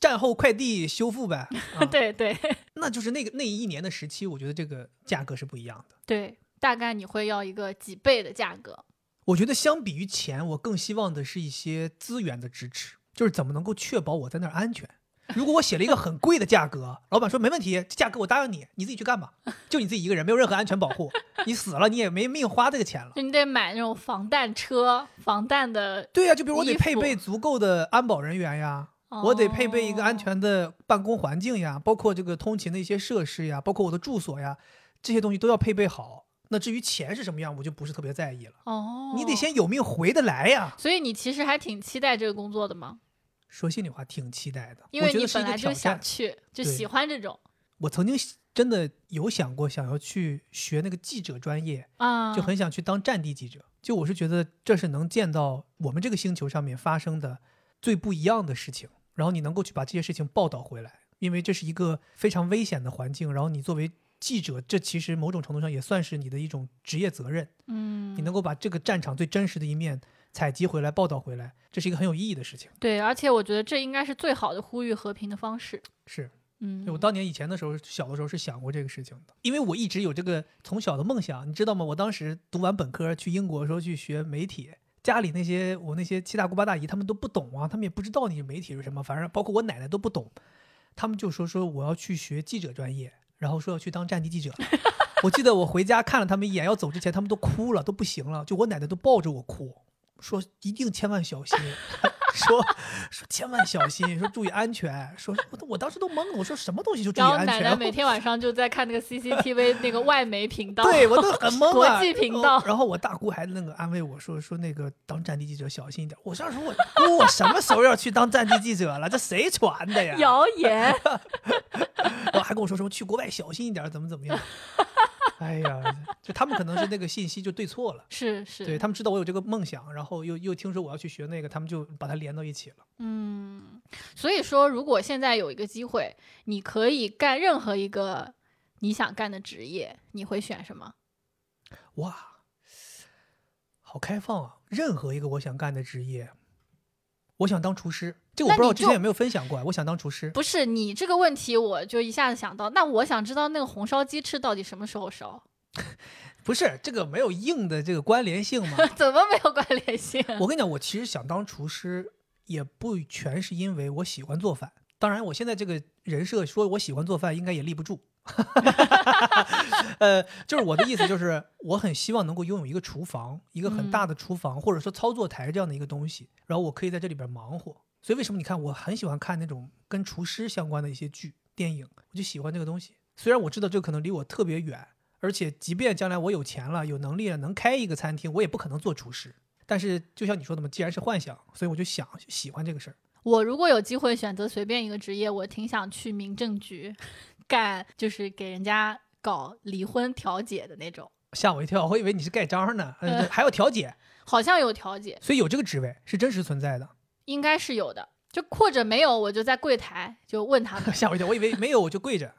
战后快递修复呗，啊
对对
那就是那个那一年的时期，我觉得这个价格是不一样的。
对，大概你会要一个几倍的价格。
我觉得相比于钱，我更希望的是一些资源的支持，就是怎么能够确保我在那儿安全。如果我写了一个很贵的价格， 老板说没问题，这价格我答应你，你自己去干吧，就你自己一个人，没有任何安全保护，你死了你也没命花这个钱了。
就你得买那种防弹车、防弹的，
对呀、就比如我得
衣服
配备足够的安保人员呀，我得配备一个安
哦
全的办公环境呀，包括这个通勤的一些设施呀，包括我的住所呀，这些东西都要配备好。那至于钱是什么样，我就不是特别在意了。
哦，
你得。先有命回得来呀。
所以你其实还挺期待这个工作的嘛？
说心里话，挺期待的。
因
我
为
觉
你
得是一
本
个
来就
挑
想
战。
去，就
对
喜欢这种
我曾经真的有想过想要去学那个记者专业，
啊，
就很想去当战地记者。就我是觉得这是能见到我们这个星球上面发生的最不一样的事情，然后你能够去把这些事情报道回来，因为这是一个非常危险的环境。然后你作为记者，这其实某种程度上也算是你的一种职业责任。
嗯
你，能够把这个战场最真实的一面采集回来、报道回来，这是一个很有意义的事情。
对，而且我觉得这应该是最好的呼吁和平的方式。
是
嗯，
我当年以前的时候，小的时候是想过这个事情的，因为我一直有这个从小的梦想，你知道吗？我当时读完本科去英国的时候去学媒体，家里那些我那些七大姑八大姨他们都不懂啊，他们也不知道你媒体是什么，反正包括我奶奶都不懂，他们就说说我要去学记者专业，然后说要去当战地记者。 我记得我回家看了他们一眼，要走之前他们都哭了，都不行了，就我奶奶都抱着我哭，说一定千万小心， 说说千万小心，说注意安全，说我都我当时都懵了，我说什么东西就注意
然后
安全？
奶 奶每天晚上就在看那个 CCTV 那个外媒频道，
对我都很懵啊。
国际频道
哦然后我大姑还那个安慰我说说那个当战地记者小心一点。我当时我姑，我什么时候要去当战地记者了？这谁传 的呀？
谣 言，
然后还跟我说什么去国外小心一点，怎么怎么样。 哎呀，就他们可能是那个信息就对错了，
是是，
对他们知道我有这个梦想，然后又又听说我要去学那个，他们就把它连到一起了。
嗯，所以说，如果现在有一个机会，你可以干任何一个你想干的职业，你会选什么？
哇，好好开放啊，任何一个我想干的职业，我想当厨师，这个
那
我不知道
你
之
就
前有没有分享过啊，我想当厨师。
不是你这个问题，我就一下子想到，那我想知道那个红烧鸡翅到底什么时候烧？
不是这个没有硬的这个关联性 嘛？
怎么没有关联性？
我跟你讲，我其实想当厨师，也不全是因为我喜欢做饭。当然，我现在这个人设说我喜欢做饭，应该也立不住。呃，就是我的意思，就是我很希望能够拥有一个厨房，一个很大的厨房，或者说操作台这样的一个东西，然后我可以在这里边忙活。所以为什么你看我很喜欢看那种跟厨师相关的一些剧、电影，我就喜欢这个东西。虽然我知道这个可能离我特别远，而且即便将来我有钱了、有能力了，能开一个餐厅，我也不可能做厨师。但是就像你说的嘛，既然是幻想，所以我就想喜欢这个事儿。
我如果有机会选择随便一个职业，我挺想去民政局干，就是给人家搞离婚调解的那种，
吓我一跳，我以为你是盖章呢，呃
嗯
还有调解，
好像有调解，
所以有这个职位是真实存在的。，
应该是有的。就或者没有，我就在柜台就问他们
吓我一跳，我以为没有我就跪 着。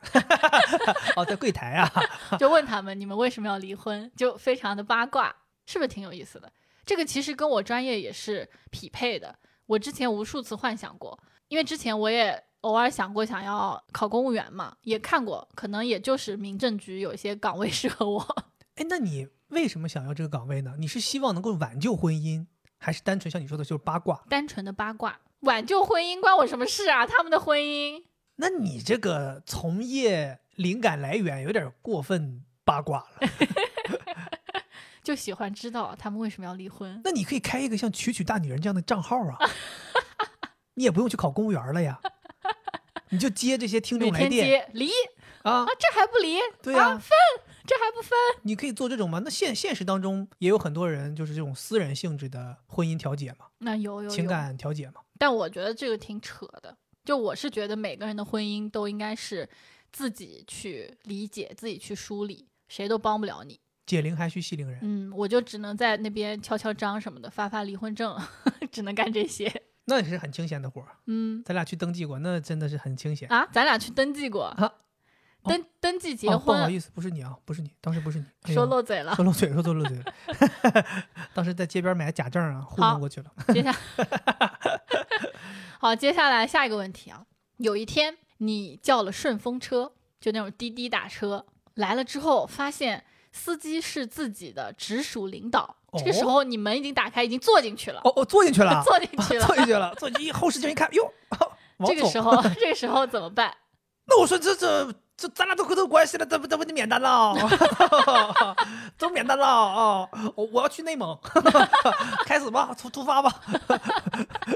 哦，在柜台啊，
就问他们你们为什么要离婚，就非常的八卦，是不是挺有意思的？这个其实跟我专业也是匹配的。我之前无数次幻想过，因为之前我也偶尔想过想要考公务员嘛，也看过，可能也就是民政局有一些岗位适合我。
哎，那你为什么想要这个岗位呢？你是希望能够挽救婚姻，还是单纯像你说的就是八卦？
单纯的八卦，挽救婚姻关我什么事啊？他们的婚姻，
那你这个从业灵感来源有点过分八卦了。
就喜欢知道他们为什么要离婚。
那你可以开一个像“曲曲大女人”这样的账号 啊，你也不用去考公务员了呀，你就接这些听
每
众来
天
电
接离
啊
啊，，这还不离，
对呀、
这还不分，
你可以做这种吗？那现现实当中也有很多人就是这种私人性质的婚姻调解嘛，
那有有有
情感调解嘛。
但我觉得这个挺扯的。就我是觉得每个人的婚姻都应该是自己去理解、自己去梳理，谁都帮不了你。
解铃还需系铃人。
嗯，我就只能在那边敲敲章什么的，发发离婚证， 只能干这些。
那也是很清闲的活儿。
嗯
咱俩去登记过，那真的是很清闲。
啊，咱俩去登记过，
啊
登登记结
哦，不
婚，
好意思，不是你啊，不是你，当时 不是你，哎呦
说漏嘴了。
说漏嘴，说漏嘴了。 当时在街边买假证啊，糊
好
弄过去了。
接下， 好，接下来下一个问题啊。有一天你叫了顺风车，就那种滴滴打车，来了之后发现司机是自己的直属领导，这个时候你门已经打开，已经坐进去了，，
哦，我坐进去了 啊
坐进去 了。
坐进去了，坐进去后视镜一看，哟，哦王
这个
总
时，候，这个时候怎么办？
那我说这这这咱俩都合作关系了，怎么怎么就免单了？ 都免单了哦！我我要去内蒙， 开始吧，出出发吧。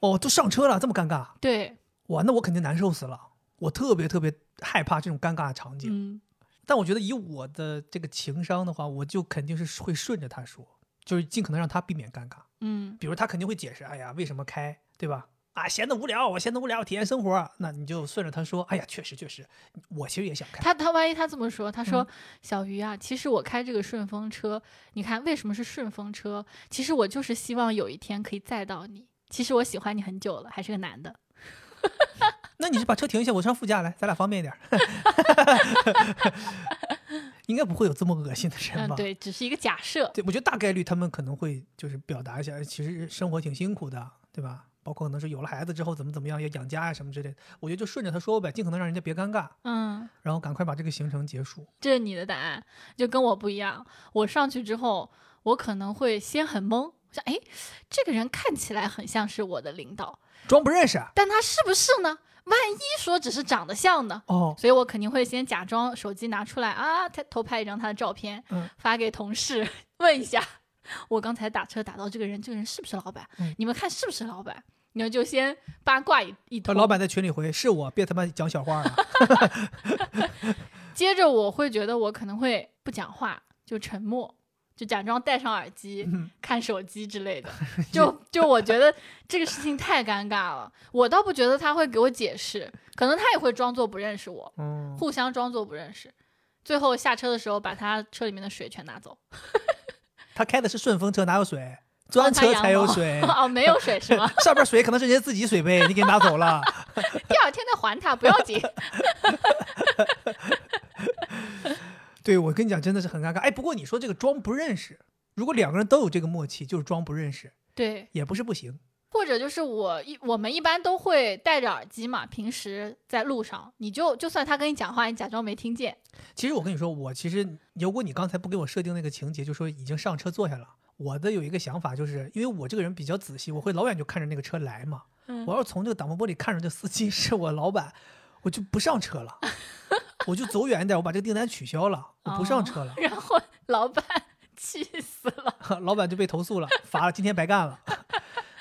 哦，都上车了，这么尴尬，
对，
哇，那我肯定难受死了。我特别特别害怕这种尴尬的场景，
嗯，
但我觉得以我的这个情商的话，我就肯定是会顺着他说，就是尽可能让他避免尴尬。
嗯，
比如他肯定会解释，哎呀，为什么开，对吧？啊，闲得无聊，我闲得无聊，体验生活。那你就顺着他说，哎呀，确实确实，我其实也想开。
他他万一他这么说，他说、小鱼啊，其实我开这个顺风车，你看为什么是顺风车？其实我就是希望有一天可以载到你。其实我喜欢你很久了，还是个男的。
那你是把车停一下，我上副驾来，咱俩方便一点儿。 应该不会有这么恶心的人
嗯，
吧？
对，只是一个假设。
对，我觉得大概率他们可能会就是表达一下，哎其实生活挺辛苦的，对吧？包括可能是有了孩子之后怎么怎么样，要养家呀、啊什么之类的。我觉得就顺着他说呗，尽可能让人家别尴尬，
嗯，
然后赶快把这个行程结束。
这是你的答案，就跟我不一样。我上去之后，我可能会先很懵，我想，哎，这个人看起来很像是我的领导，
装不认识啊
但他是不是呢？万一说只是长得像呢？
哦，
所以我肯定会先假装手机拿出来啊，他偷拍一张他的照片，
嗯
发给同事 问一下，我刚才打车打到这个人，这个人是不是老板？
嗯
你们看是不是老板？你们就先八卦一一通，
老板在群里回是我，别他妈讲小话了。
接着我会觉得我可能会不讲话，就沉默，就假装戴上耳机、
嗯
看手机 之类的。就就我觉得这个事情太尴尬了，我倒不觉得他会给我解释，可能他也会装作不认识我，
嗯，
互相装作不认识。最后下车的时候，把他车里面的水全拿走。
他开的是顺风车，哪有水？专车才有水，
哦， 没有水是吗？
上边水可能是人家自己水杯，你给拿走了。
第二天再还他，不要紧。
对，我跟你讲，真的是很尴尬。哎，不过你说这个装不认识，如果两个人都有这个默契，就是装不认识，
对，
也不是不行。
或者就是我一我们一般都会戴着耳机嘛，平时在路上，你就就算他跟你讲话，你假装没听见。
其实我跟你说，我其实如果你刚才不给我设定那个情节，就说已经上车坐下了，我的有一个想法就是，因为我这个人比较仔细，我会老远就看着那个车来嘛。
嗯，
我要是从这个挡风玻璃看着这司机是我老板，我就不上车了，我就走远一点，我把这个订单取消了，我不上车了
然后老板气死了。
老板就被投诉了，罚了，今天白干了。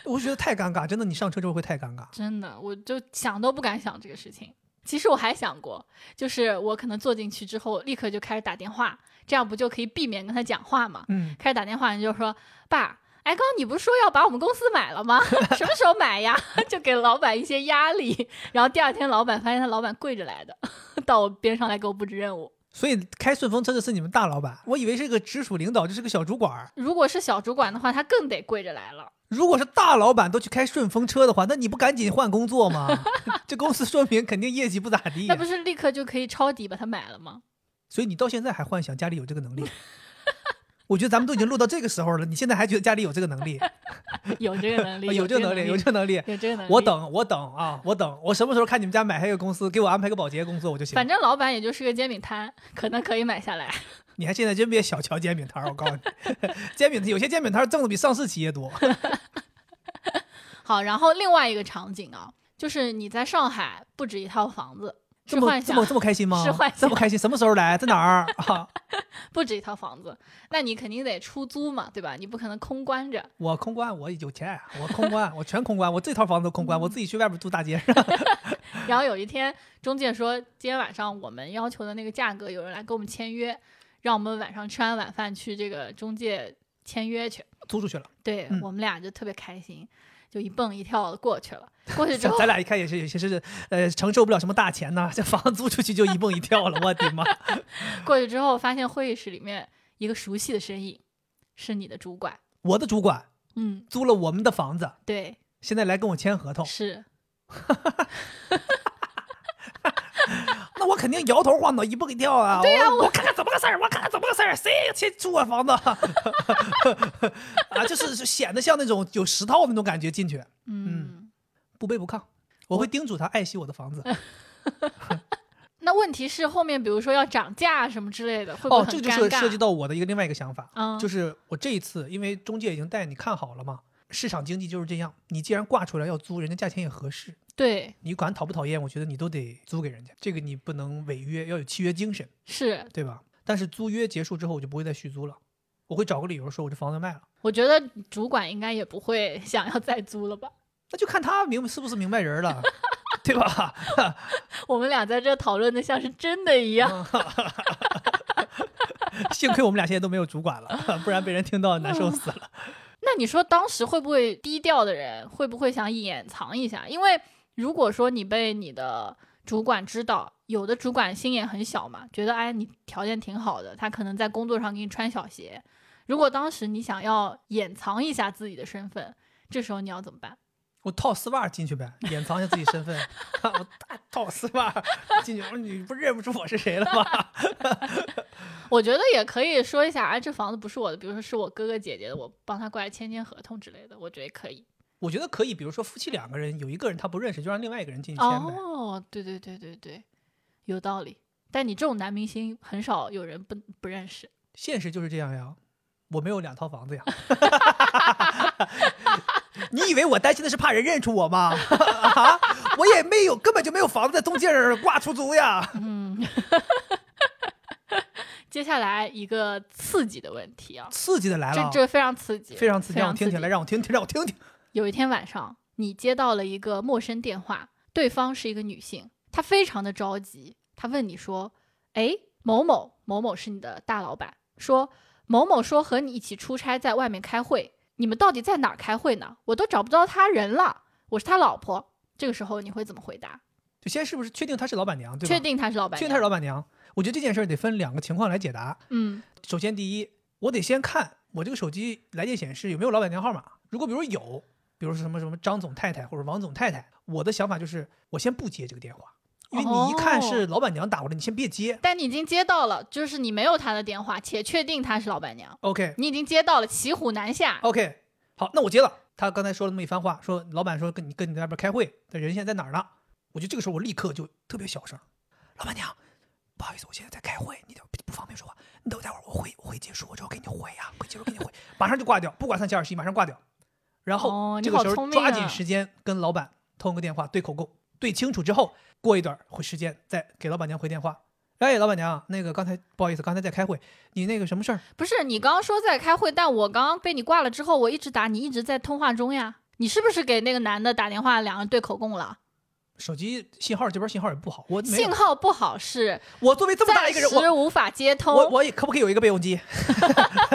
我觉得太尴尬，真的，你上车之后会太尴尬。
真的，我就想都不敢想这个事情。其实我还想过，就是我可能坐进去之后，立刻就开始打电话，这样不就可以避免跟他讲话嘛？
嗯，
开始打电话，你就说：“爸，哎，刚刚你不是说要把我们公司买了吗？ 什么时候买呀？” 就给老板一些压力。然后第二天，老板发现他老板跪着来的，到我边上来给我布置任务。
所以开顺风车的是你们大老板，我以为是个直属领导，就是个小主管儿。
如果是小主管的话，他更得跪着来了。
如果是大老板都去开顺风车的话，那你不赶紧换工作吗？ 这公司说明肯定业绩不咋地
那
呀。
不是立刻就可以抄底把它买了吗？
所以你到现在还幻想家里有这个能力？ 我觉得咱们都已经录到这个时候了，你现在还觉得家里有这个能 力？哎
有这个能力，
哦有这
这个
个能力，有这个能力。
有这个能 力。
我。等，我等啊，我等，我什么时候看你们家买下一个公司，给我安排个保洁工作我就行。
反正老板也就是个煎饼摊，可能可以买下来。
你还现在真别小瞧煎饼摊儿，我告诉你， 煎饼有些煎饼摊儿挣的比上市企业多。
好，然后另外一个场景啊，就是你在上海不止一套房子，
这
是
么
幻
这
想
么这么开心吗？
是幻想
这么开心，什么时候来？在哪儿啊？
不止一套房子，那你肯定得出租嘛，对吧？你不可能空关着。
我空关，我有钱，我空关，我全空关，我这套房子都空关，
嗯
我自己去外边住大街上。
然后有一天，中介说今天晚上我们要求的那个价格，有人来跟我们签约，让我们晚上吃完晚饭去这个中介签约去。
租出去了，
对、
嗯
我们俩就特别开心，就一蹦一跳的过去了。过去之
咱
后，
咱俩一看也是，也是是，呃，承受不了什么大钱呐、这房租出去就一蹦一跳了，我的妈！
过去之后发现会议室里面一个熟悉的身影，是你的主管。
我的主管
嗯，
租了我们的房子，
对，
现在来跟我签合同，
是
那我肯定摇头晃脑，一蹦一跳啊！对呀、我看看怎么个事儿，我看看怎么个事儿，谁先租我房子？ 啊，就是就显得像那种有实套那种感觉进去，
嗯
不卑不亢。我会叮嘱他爱惜我的 房子。
那问题是后面比如说要涨价什么之类的，会不会
哦，
很
这
尴
就
尬？
是涉及到我的一个另外一个想法，
嗯
就是我这一次因为中介已经带你看好了嘛，市场经济就是这样，你既然挂出来要租，人家价钱也合适，
对，
你管讨不讨厌，我觉得你都得租给人家，这个你不能违约，要有契约精神，
是
对吧？但是租约结束之后，我就不会再续租了，我会找个理由说我这房子卖了。
我觉得主管应该也不会 想要再租了吧？
那就看他明是不是明白人儿了， 对吧？
我们俩在这讨论的像是真的一样。
幸亏我们俩现在都没有主管了，不然被人听到难受死了。
那你说当时会不会低调的人会不会想掩藏一下？因为如果说你被你的主管知道，有的主管心眼很小嘛，觉得哎你条件挺好的，他可能在工作上给你穿小鞋。如果当时你想要掩藏一下自己的身份，这时候你要怎么办？
我套丝袜进去呗，掩藏一下自己身份。 我大套丝袜进去，我说你不认不出我是谁了吗？
我觉得也可以说一下，哎，这房子不是我的，比如说是我哥哥姐姐的，我帮他过来签签合同之类的，我觉得可以。
我觉得可以，比如说夫妻两个人，有一个人他不认识，就让另外一个人进去签呗。
哦，对对对对对，有道理。但你这种男明星很少有人不不认识，
现实就是这样呀，我没有两套 房子呀。你以为我担心的是怕人认出我吗？啊，我也没有，根本就没有房子在东京儿挂出租呀。
接下来一个刺激的问题啊，
刺激的来
这
了，
这非常刺激，
非常刺激，
非
让
常
我听起来，
激
让我听听，让我听听。
有一天晚上，你接到了一个陌生电话，对方是一个女性，她非常的着急，她问你说：“哎，某某某某是你的大老板，说某某说和你一起出差，在外面开会，你们到底在哪儿开会呢？我都找不到他人了，我是他老婆。”这个时候你会怎么回答？
就先是不是确定她是老板娘，对吧？
确定他是老板？
确定她是老板娘，我觉得这件事儿得分两个情况来解答。
嗯
首先，第一，我得先看我这个手机来电显示有没有老板娘号码。如果比如有，比如说什么什么张总太太或者王总太太，我的想法就是我先不接这个电话，因为你一看是
哦
老板娘打过来，你先别接。
但你已经接到了，就是你没有他的电话，且确定他是老板娘，
OK
你已经接到了，骑虎难下。
OK，好，那我接了。他刚才说了那么一番话，说老板说跟你跟你在外边开会，但人现在在哪儿呢？我觉得这个时候我立刻就特别小声，老板娘，不好意思，我现在在开会，你就不方便说话。你等我待会儿，我会我会结束，我之后给你回呀、会结束给你回，马上就挂掉，不管三七二十一，马上挂掉。然后、
哦你
这个
好
时候
聪明
抓
啊
紧时间跟老板通个电话，对口供，对清楚之后，过一段儿回时间再给老板娘回电话。哎，老板娘，那个刚才不好意思，刚才在开会，你那个什么事儿？
不是你刚刚说在开会，但我刚刚被你挂了之后，我一直打你，一直在通话中呀。你是不是给那个男的打电话，两人对口供了？
手机信号这边信号也不好，我没有
信号不好是
我作为这么大
暂
一个人，我
时无法接
我
通。
我也可不可以有一个备用机？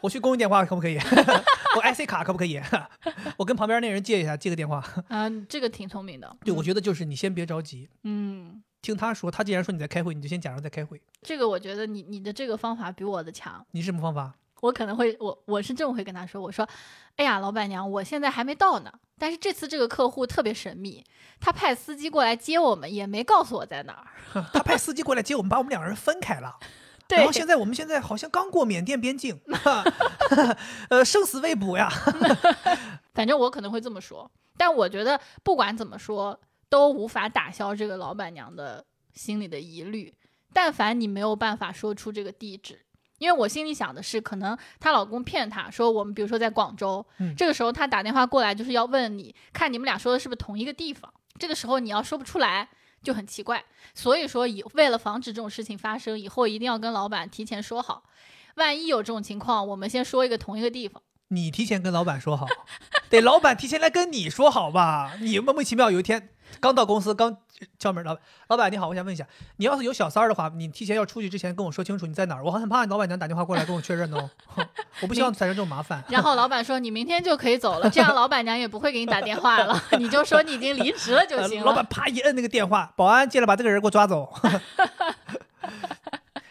我去公用电话可不可以？ 我 IC 卡可不可以？ 我跟旁边那人借一下，借个电话。
嗯、这个挺聪明的。
对，我觉得就是你先别着急，
嗯，
听他说。他既然说你在开会，你就先假装在开会。
这个我觉得你你的这个方法比我的强。
你是什么方法？
我可能会，我我是这么会跟他说，我说，哎呀，老板娘，我现在还没到呢，但是这次这个客户特别神秘，他派司机过来接我们，也没告诉我在哪儿。
他派司机过来接我们，把我们两个人分开了。
对
然后，现在我们现在好像刚过缅甸边境， 呃，生死未卜呀。
反正我可能会这么说，但我觉得不管怎么说，都无法打消这个老板娘的心里的疑虑。但凡你没有办法说出这个地址，因为我心里想的是，可能她老公骗她说我们，比如说在广州，
嗯
这个时候她打电话过来就是要问你，看你们俩说的是不是同一个地方。这个时候你要说不出来。就很奇怪，所以说以为了防止这种事情发生，以后一定要跟老板提前说好，万一有这种情况，我们先说一个同一个地方。
你提前跟老板说好， 得老板提前来跟你说好吧？你莫名其妙有一天刚到公司，刚敲门，老板，老板你好，我想问一下，你要是有小三儿的话，你提前要出去之前跟我说清楚你在哪儿，我很怕老板娘打电话过来跟我确认哦， 哼我不希望产生这种麻 烦。
然后老板说：“你明天就可以走了，这样老板娘也不会给你打电话 了，你就说你已经离职了就
呃
行了。
老板啪一摁那个电话，保安进来把这个人给我抓走。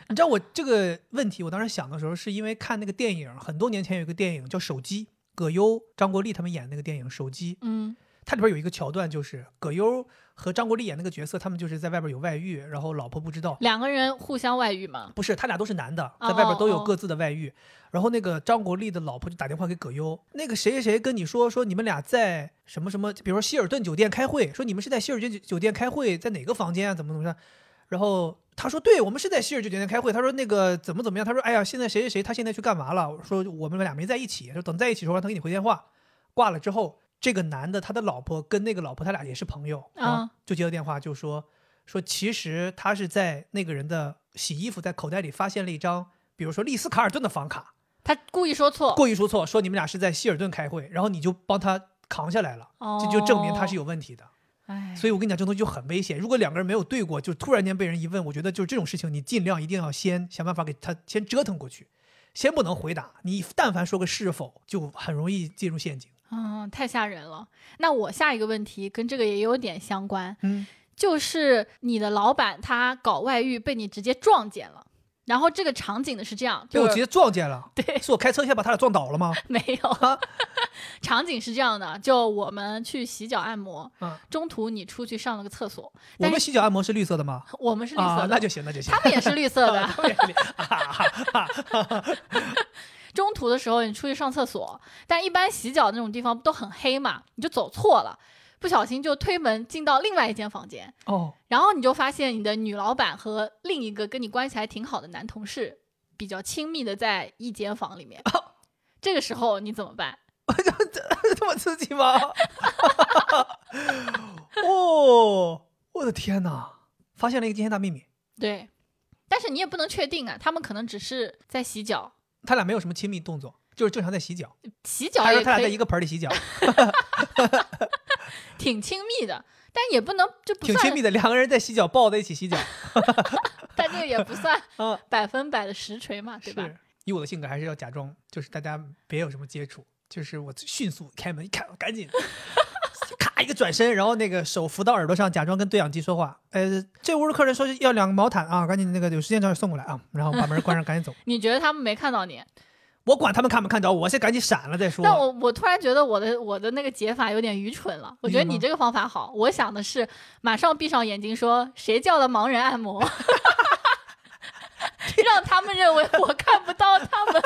你知道我这个问题，我当时想的时候，是因为看那个电影，很多年前有一个电影叫《手机》，葛优、张国立他们演那个电影《手机》，
嗯
它里边有一个桥段，就是葛优和张国立演那个角色，他们就是在外边有外遇，然后老婆不知道，
两个人互相外遇嘛，
不是他俩都是男的，在
哦
外边都有
哦
各自的外遇。然后那个张国立的老婆就打电话给葛优，那个谁谁谁跟你说说你们俩在什么什么，比如说希尔顿酒店开会，说你们是在希尔顿酒酒店开会，在哪个房间啊？怎么怎么着？然后他说，对我们是在希尔顿酒店开会。他说那个怎么怎么样？他说，哎呀，现在谁谁谁他现在去干嘛了？我说我们俩没在一起，说等在一起的时候让他给你回电话。挂了之后，这个男的他的老婆跟那个老婆他俩也是朋友
啊
就接到电话就说说其实他是在那个人的洗衣服在口袋里发现了一张，比如说丽思卡尔顿的房卡，
他故意说错，
过于说错，说你们俩是在希尔顿开会，然后你就帮他扛下来了，
哦
这就证明他是有问题的。
哎，
所以我跟你讲，这东西就很危险。如果两个人没有对过，就突然间被人一问，我觉得就是这种事情，你尽量一定要先想办法给他先折腾过去，先不能回答。你但凡说个是否，就很容易进入陷阱。
嗯，太吓人了。那我下一个问题跟这个也有点相关，
嗯，
就是你的老板他搞外遇被你直接撞见了，然后这个场景呢是这样，
哎被我
就
直
是
接撞见了，
对，
是我开车先把他俩撞倒了 吗？
没有，
啊
场景是这样的，就我们去洗脚按摩，
嗯
中途你出去上了个厕所，
我
但
们
是
洗脚按摩是绿色的吗？
我们是 绿色的，
啊，那就行，那就行。
他们也是 绿色 的。
他们也是绿啊
中途的时候你出去上厕所，但一般洗脚那种地方不都很黑嘛，你就走错了，不小心就推门进到另外一间房间，
哦，
然后你就发现你的女老板和另一个跟你关系还挺好的男同事比较亲密的在一间房里面。
哦
这个时候你怎么办？
这么刺激吗？ 哦，我的天哪！发现了一个惊天大秘密，
对，但是你也不能确定啊，他们可能只是在洗脚，
他俩没有什么亲密动作，就是正常在洗脚。
洗脚
还
也
是他俩
可
在一
以
个盆儿里洗 脚，
挺亲密的，但也不能就不
挺
算
亲密的，两个人在洗脚，抱在一起洗脚，
但这个也 不算
啊，
百分百的实锤嘛， 对吧？
是。以我的性格，还是要假装，就是大家别有什么接触，就是我迅速开门，一看，赶 紧，咔一个转身，然后那个手扶到耳朵上，假装跟对讲机说话。呃，这屋的客人说是要 两个毛毯啊，赶紧那个有时间找人送过来啊，然后把门关上，赶紧走。
你觉得他们没看到你？
我管他们看不看着我，我先赶紧闪了再说。
但我我突然觉得我的我的那个解法有点愚蠢了。我觉得
你
你
吗
这个方法好，我想的是马上闭上眼睛说谁叫了盲人按摩， 让他们认为我看不到他们。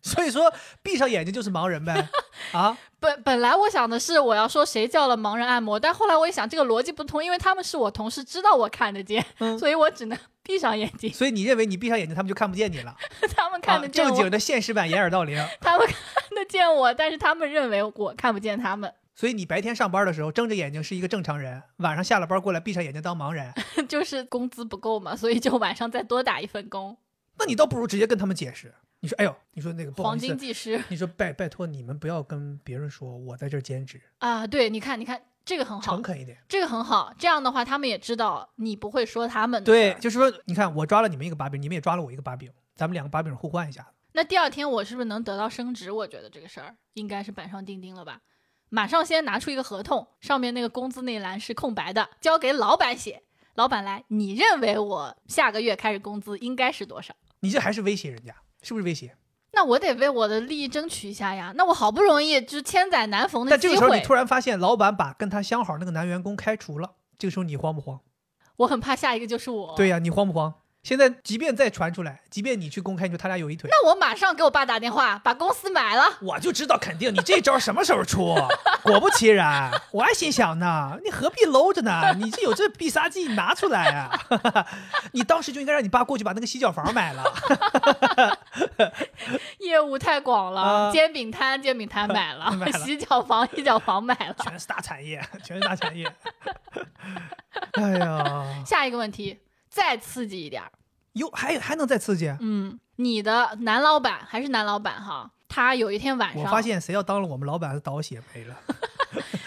所以说，闭上眼睛就是盲人 呗。啊，
本本来我想的是我要说谁叫了盲人按摩，但后来我一想这个逻辑不通，因为他们是我同事，知道我看得见，
嗯
所以我只能闭上眼睛，
所以你认为你闭上眼睛，他们就看不见你了？
他们看得见
啊、正
我，
经的现实版掩耳盗铃。
他们看得见我，但是他们认为我看不见他们，
所以你白天上班的时候睁着眼睛是一个正常人，晚上下了班过来闭上眼睛当盲人，
就是工资不够嘛，所以就晚上再多打一份工，
那你倒不如直接跟他们解释。你说，哎呦，你说那个不好
黄
意
金
思，
技师。
你说拜拜托你们不要跟别人说我在这儿兼职，
啊，对，你看，你看，这个很哦好
诚，恳一点。
这个很好。这样的话，他们也知道你不会说他们的
对
事，儿
就是说，你看我抓了你们一个把柄，你们也抓了我一个把柄，咱们两个把柄互换一下。
那第二天我是不是能得到升职？我觉得这个事儿应该是板上钉钉了吧。马上先拿出一个合同，上面那个工资那栏是空白的，交给老板写。老板来，你认为我下个月开始工资应该是多少？
你这还是威胁人家，是不是威胁？
那我得为我的利益争取一下呀。那我好不容易就是千载难逢的
但这
机
个时候你
会，
突然发现老板把跟他相好那个男员工开除了，这个时候你慌不慌？
我很怕下一个就是我。
对呀、你慌不慌？现在即便再传出来，即便你去公开，你说他俩有一腿，
那我马上给我爸打电话，把公司买了。
我就知道肯定你这招什么时候出。 果不其然，我还心想呢，你何必搂着呢？你这有这必杀技，你拿出来啊！ 你当时就应该让你爸过去把那个洗脚房买了。
业务太广了，
啊
煎饼摊煎 饼摊买了，
买了
洗脚房洗脚房买了。
全是大产业， 全是大产业。哎呀，
下一个问题，再刺激一点儿，
哟，还还能再刺激？
嗯，你的男老板还是男老板哈，他有一天晚上，
我发现谁要当了我们老板的倒血霉了。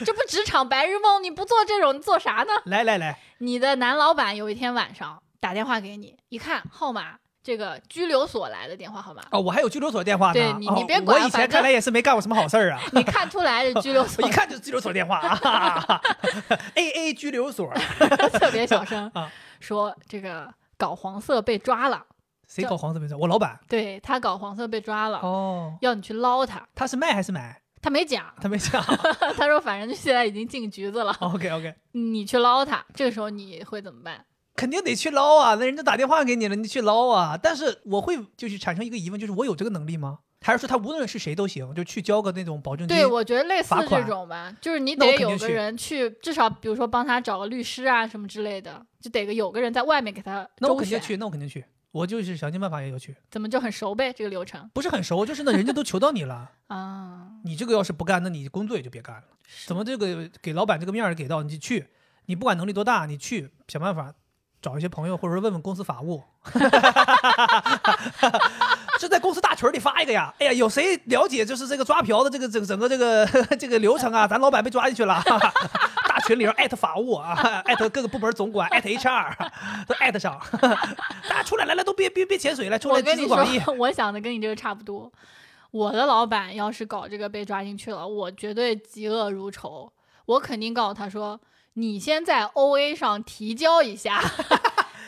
这不职场白日梦，你不做这种，你做啥呢？
来来来，，
你的男老板有一天晚上打电话给你，一看号码，这个拘留所来的电话号码
哦，我还有拘留所电话呢。
对你你
哦
别管啊
我以前
反正
看来也是没干过什么好事儿 啊。
你看出来是拘留所
我一，看就是拘留所电话啊 ，A A 拘留所，
特别小声
啊
说这个搞黄色被抓了，
谁搞黄色没错？我老板
对他搞黄色被抓了，
哦，
要你去捞他，
他是卖还是买？
他没讲。
他没 讲。
他说反正就现在已经进局子了，
OK OK，
你去捞他，这个时候你会怎么办？
肯定得去捞啊，那人家打电话给你了，你去捞啊。但是我会就是产生一个疑问，就是我有这个能力吗？还是说他无论是谁都行，就去交个那种保证金？
对，我觉得类似
罚
这
款
种吧，就是你
那我
得
肯定
有个
去
人去，至少比如说帮他找个律师啊什么之类的，就得个有个人在外面给他
那我
周
肯定
旋。
去，那我肯定去，我就是想尽办法也要去。
怎么就很熟呗？这个流程
不是很熟，就是那人家都求到你了，
啊，
你这个要是不干，那你工作也就别干了。
是
怎么这个给老板这个面儿给到，你就去，你不管能力多大，你去想办法找一些朋友，或者说问问公司法务。 这在公司大群里发一个呀！哎呀，有谁了解就是这个抓嫖的这个整整个这个 这个流程啊？咱老板被抓进去了， 大群里边艾特法务啊，艾特各个部门总管，艾特 HR 都艾特上， 大家出来来来都别别别潜水了，出
我
来
跟
集
你
思广益。
说， 我想的跟你这个差不多。我的老板要是搞这个被抓进去了，我绝对嫉恶如仇，我肯定告诉他说：“你先在 O A 上提交一下，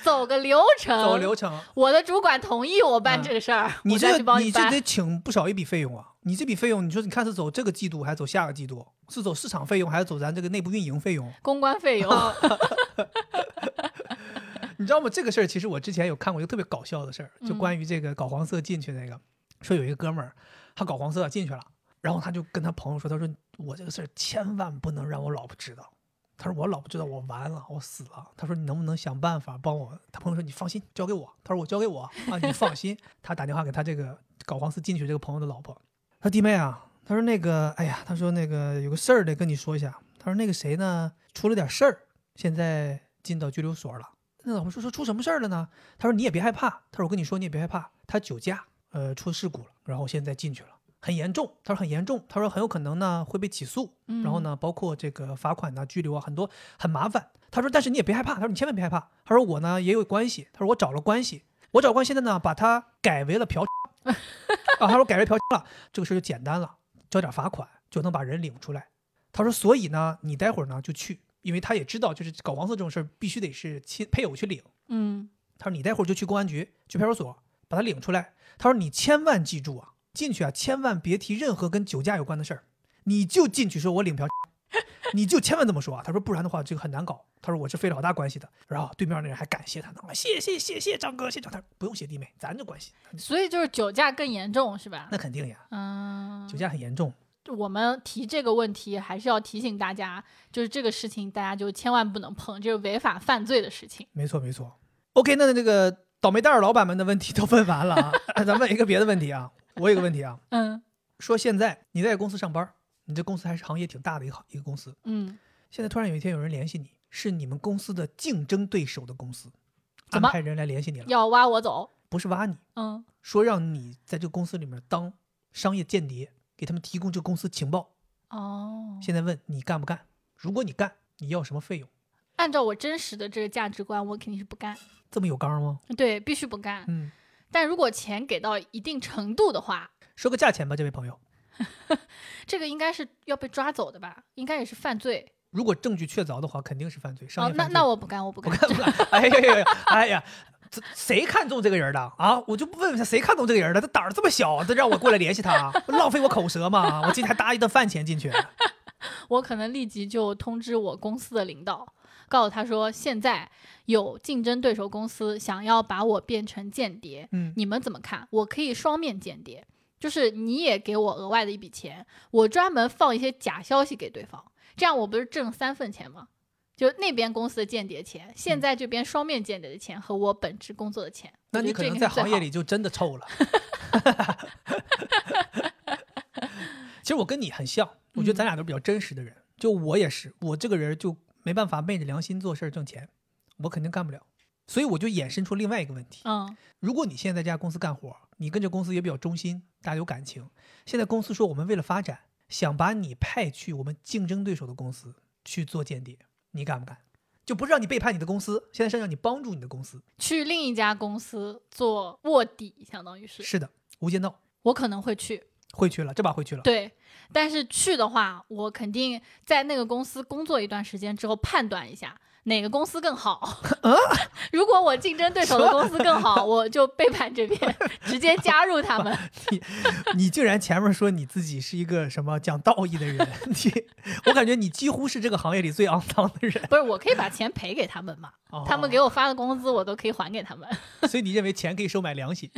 走个流程，
走流程，
我的主管同意我办这个事儿，
你
我
这
再去帮
你这
办。
得请不少一笔费用啊！你这笔费用，你说你看是走这个季度还是走下个季度？是走市场费用还是走咱这个内部运营费用？
公关费用，
哦 你知道吗？这个事儿其实我之前有看过一个特别搞笑的事儿，就
嗯
关于这个搞黄色进去那个，说有一个哥们儿他搞黄色进去了，然后他就跟他朋友说，他说我这个事儿千万不能让我老婆知道。他说我老婆知道我完了，我死了。他说你能不能想办法帮我？他朋友说你放心，交给我。他说我交给我啊，你放心。他打电话给他这个搞黄色进去这个朋友的老婆，他说弟妹啊，他说那个，哎呀，他说那个有个事儿得跟你说一下。他说那个谁呢，出了点事儿，现在进到拘留所了。那老婆说说出什么事儿了呢？他说你也别害怕。他说我跟你说你也别害怕，他酒驾，呃，出事故了，然后现在进去了，很严重。他说很严重，他说很有可能呢会被起诉，
嗯
然后呢包括这个罚款呐、拘留啊，很多很麻烦。他说但是你也别害怕，他说你千万别害怕。他说我呢也有关系，他说我找了关系，我找关系的呢把他改为了嫖 啊，他说改为嫖了，这个事儿就简单了，交点罚款就能把人领出来。他说，所以呢，你待会儿呢就去，因为他也知道，就是搞黄色这种事儿必须得是亲配偶去领。
嗯，
他说你待会儿就去公安局、去派出所把他领出来。他说：“你千万记住啊，进去啊，千万别提任何跟酒驾有关的事儿，你就进去说我领嫖， 你就千万这么说啊。”他说：“不然的话，这个很难搞。”他说：“我是费了好大关系的。”然后对面那人还感谢他呢，啊谢谢谢谢张哥，谢谢张他说不用谢弟妹，咱这关系
所以就是酒驾更严重是吧？
那肯定呀，
嗯，
酒驾很严重。
我们提这个问题，还是要提醒大家，就是这个事情大家就千万不能碰，这是违法犯罪的事情。
没错没错。OK，那这个倒霉蛋儿老板们的问题都问完了啊， 咱问一个别的问题啊。我有个问题啊，
嗯
说现在你在公司上班儿，你这公司还是行业挺大的一个行一个公司，
嗯，
现在突然有一天有人联系你，是你们公司的竞争对手的公司，
怎
安
么
排人来联系你了，
要挖我走，
不是挖你，
嗯，
说让你在这个公司里面当商业间谍，给他们提供这个公司情报。
哦，
现在问你干不干？如果你干，你要什么费用？
按照我真实的这个价值观，我肯定是不干，
这么有刚吗？
对，必须不干。
嗯，
但如果钱给到一定程度的话，
说个价钱吧，这位朋友。
这个应该是要被抓走的吧？应该也是犯罪。
如果证据确凿的话，肯定是犯罪，商
哦
业，
那
犯罪。
那我不干，我不
不
干。
看不看， 哎呀呀呀，哎呀，这谁看中这个人的啊？我就不问问他谁看中这个人的，他胆儿这么小，他让我过来联系他， 浪费我口舌嘛？我今天还搭一顿饭钱进去，
我可能立即就通知我公司的领导，告诉他说，现在有竞争对手公司想要把我变成间谍，
嗯，
你们怎么看？我可以双面间谍，就是你也给我额外的一笔钱，我专门放一些假消息给对方，这样我不是挣三份钱吗？就那边公司的间谍钱，现在这边双面间谍的钱和我本职工作的钱，
嗯那你
我觉
可
得这
能
个
在
是最
行业
好
里就真的臭了。 其实我跟你很像，我觉得咱俩都比较真实的人。就我也是，我这个人就没办法昧着良心做事儿挣钱，我肯定干不了。所以我就衍生出另外一个问题：
嗯
如果你现在在这家公司干活，你跟这公司也比较忠心，大家有感情。现在公司说我们为了发展，想把你派去我们竞争对手的公司去做间谍，你敢不敢？就不是让你背叛你的公司，现在是让你帮助你的公司。
去另一家公司做卧底，相当于是
是的，《无间道》
我可能会去，
会去了，这把会去了。
对，但是去的话，我肯定在那个公司工作一段时间之后，判断一下哪个公司更好。 如果我竞争对手的公司更好，我就背叛这边，直接加入他们。
你竟然前面说你自己是一个什么讲道义的人，你我感觉你几乎是这个行业里最肮脏的人。
不是，我可以把钱赔给他们嘛？他们给
我，
我发的工资，我都可以还给他们。
所以你认为钱可以收买良心？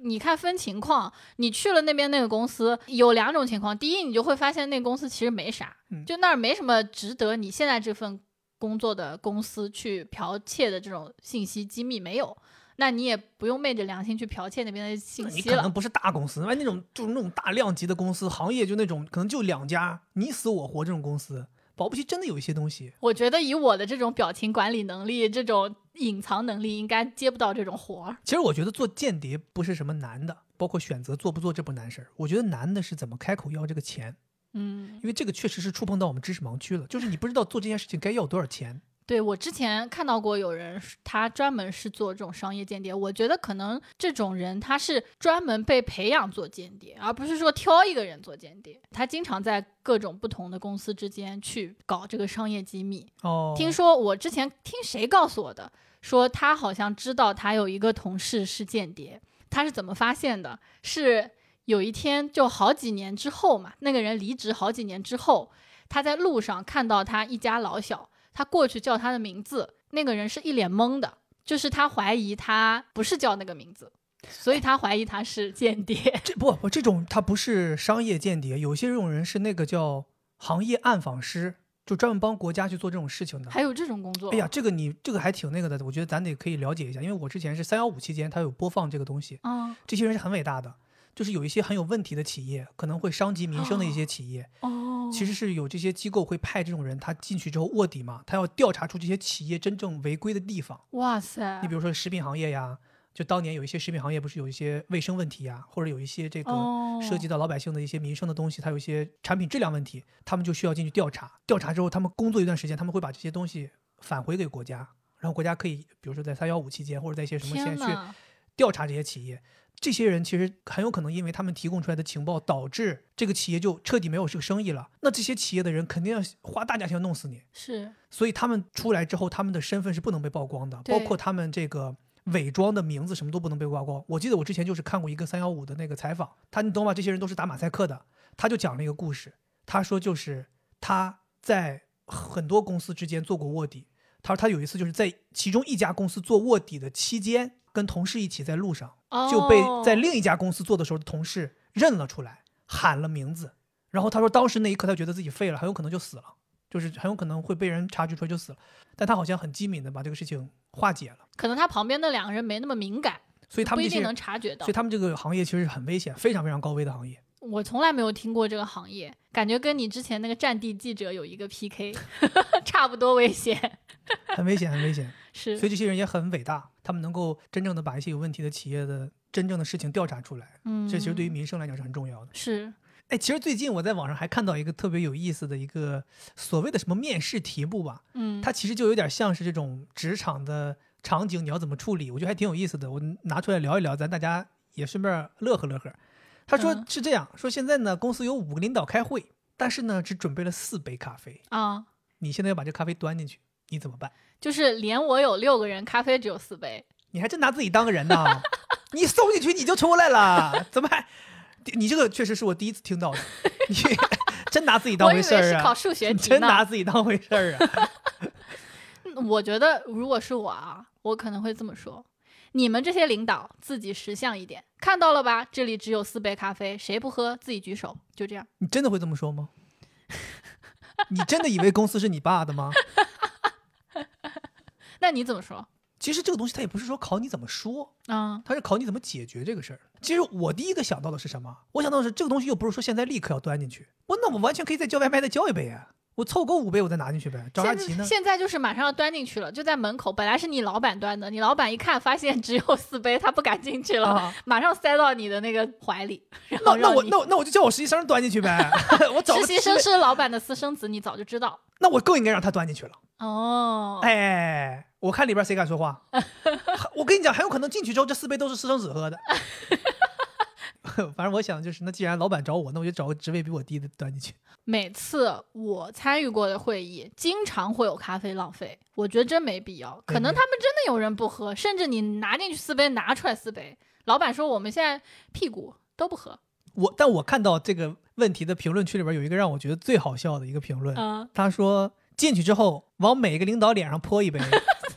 你看分情况，你去了那边那个公司，有两种情况：第一，你就会发现那个公司其实没啥，
嗯
就那儿没什么值得你现在这份工作的公司去剽窃的这种信息机密没有，那你也不用昧着良心去剽窃那边的信
你
息
可能
了。
不是大公司，哎，那种就是那种大量级的公司，行业就那种可能就两家，你死我活这种公司，保不齐真的有一些东西。
我觉得以我的这种表情管理能力、这种隐藏能力，应该接不到这种活儿。
其实我觉得做间谍不是什么难的，包括选择做不做这不难事儿。我觉得难的是怎么开口要这个钱，
嗯，
因为这个确实是触碰到我们知识盲区了，就是你不知道做这件事情该要多少钱。
对我之前看到过有人是，他专门是做这种商业间谍。我觉得可能这种人他是专门被培养做间谍，而不是说挑一个人做间谍。他经常在各种不同的公司之间去搞这个商业机密。
哦，
听说我之前听谁告诉我的，说他好像知道他有一个同事是间谍，他是怎么发现的？是有一天就好几年之后嘛，那个人离职好几年之后，他在路上看到他一家老小，他过去叫他的名字，那个人是一脸懵的，就是他怀疑他不是叫那个名字，所以他怀疑他是间 谍。
这不不，这种他不是商业间谍，有些这种人是那个叫行业暗访师，就专门帮国家去做这种事情的。
还有这种工作？
哎呀，，这个你这个还挺那个的，我觉得咱得可以了解一下，因为我之前是三幺五期间，他有播放这个东西，
嗯，
这些人是很伟大的，就是有一些很有问题的企业，可能会伤及民生的一些企业，
哦，
其实是有这些机构会派这种人，他进去之后卧底嘛，他要调查出这些企业真正违规的地方。
哇塞，
你比如说食品行业呀，就当年有一些食品行业不是有一些卫生问题呀，或者有一些这个。
哦，
涉及到老百姓的一些民生的东西，它有一些产品质量问题，他们就需要进去调查。调查之后，他们工作一段时间，他们会把这些东西返回给国家，然后国家可以，比如说在三幺五期间，或者在一些什么
天
线去
呐！
调查这些企业。这些人其实很有可能因为他们提供出来的情报，导致这个企业就彻底没有这个生意了。那这些企业的人肯定要花大价钱弄死你，
是
所以他们出来之后，他们的身份是不能被曝光的，
对
包括他们这个伪装的名字什么都不能被曝光。我记得我之前就是看过一个三幺五的那个采访，他你懂吗？这些人都是打马赛克的，他就讲了一个故事，他说就是他在很多公司之间做过卧底，他说他有一次就是在其中一家公司做卧底的期间，跟同事一起在路上就被
哦
在另一家公司做的时候的同事认了出来，喊了名字，然后他说当时那一刻他觉得自己废了，很有可能就死了。就是很有可能会被人察觉出来就死了，但他好像很机敏的把这个事情化解了。
可能他旁边的两个人没那么敏感，
所以他们
不一
这些
定
人
能，察觉到
所以。他们这个行业其实很危险，非常非常高危的行业。
我从来没有听过这个行业，感觉跟你之前那个战地记者有一 个 PK，差不多危险。
很危险，很危险。所
是，
以这些人也很伟大，他们能够真正的把一些有问题的企业的真正的事情调查出来，
嗯，
这其实对于民生来讲是很重要的。
是
哎，其实最近我在网上还看到一个特别有意思的一个所谓的什么面试题目吧，
嗯，
它其实就有点像是这种职场的场景，你要怎么处理？我觉得还挺有意思的，我拿出来聊一聊，咱大家也顺便乐呵乐呵。他说
嗯
是这样，说现在呢公司有五个领导开会，但是呢只准备了四杯咖啡，
啊，
你现在要把这咖啡端进去，你怎么办？
就是连我有六个人，咖啡只有四杯，
你还真拿自己当个人呐？ 你送进去你就出来了，怎么还？你这个确实是我第一次听到的，你 真拿自己当
我以
回
为
事儿
是考
啊？
数学题
真拿
呢。
自己当回事儿啊？
嗯我觉得如果是我啊，我可能会这么说：你们这些领导自己识相一点，看到了吧？这里只有四杯咖啡，谁不喝自己举手，就这样。
你真的会这么说吗？ 你真的以为公司是你爸的吗？
那你怎么说？
其实这个东西它也不是说考你怎么说，
嗯
它是考你怎么解决这个事儿。其实我第一个想到的是什么？我想到的是这个东西又不是说现在立刻要端进去，我那我完全可以再叫外卖再叫一杯啊，我凑够五杯我再拿进去呗，着啥急
现
呢
在？现在就是马上要端进去了，就在门口。本来是你老板端的，你老板一看发现只有四杯，他不敢进去了，
啊
马上塞到你的那个怀里。然
那
后
那
让
我
你
那我那我就叫我实习生端进去 呗，我找个
实习生
吃
是老板的私生子，你早就知道
那我更应该让他端进去了。
哦。
哎，我看里边谁敢说话，我跟你讲，很有可能进去之后这四杯都是私生子喝的。反正我想就是，那既然老板找我，那我就找个职位比我低的端进去。
每次我参与过的会议，经常会有咖啡浪费，我觉得真没必要。可能他们真的有人不喝，甚至你拿进去四杯，拿出来四杯，老板说我们现在屁股都不喝。
我但我看到这个问题的评论区里边有一个让我觉得最好笑的一个评论，
嗯，
他说进去之后往每个领导脸上泼一杯，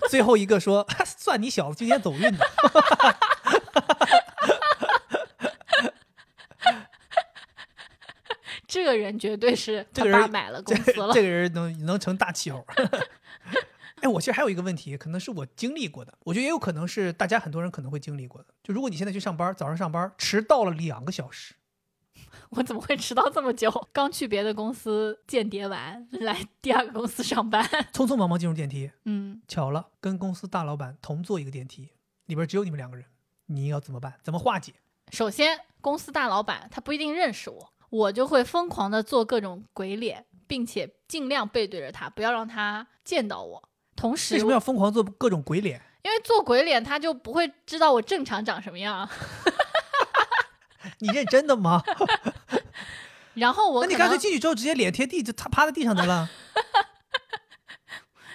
最后一个说算你小子今天走运的。
这个人绝对是
这
他
个人
爸买 了公司了
这个人能能成大气候。 哎，我其实还有一个问题，可能是我经历过的，我觉得也有可能是大家很多人可能会经历过的。就如果你现在去上班，早上上班迟到了两个小时，
我怎么会迟到这么久？ 刚去别的公司间谍完，来第二个公司上班。
匆匆忙忙进入电梯，
嗯，
巧了，跟公司大老板同坐一个电梯，里边只有你们两个人，你要怎么办？怎么化解？
首先，公司大老板他不一定认识我，我就会疯狂的做各种鬼脸，并且尽量背对着他，不要让他见到我。同时
为什，么要疯狂做各种鬼脸？
因为做鬼脸他就不会知道我正常长什么样，
你认真的吗？
然 后我
那
可
你
能
干脆进去之后直接脸贴地，就他趴在地上得 了，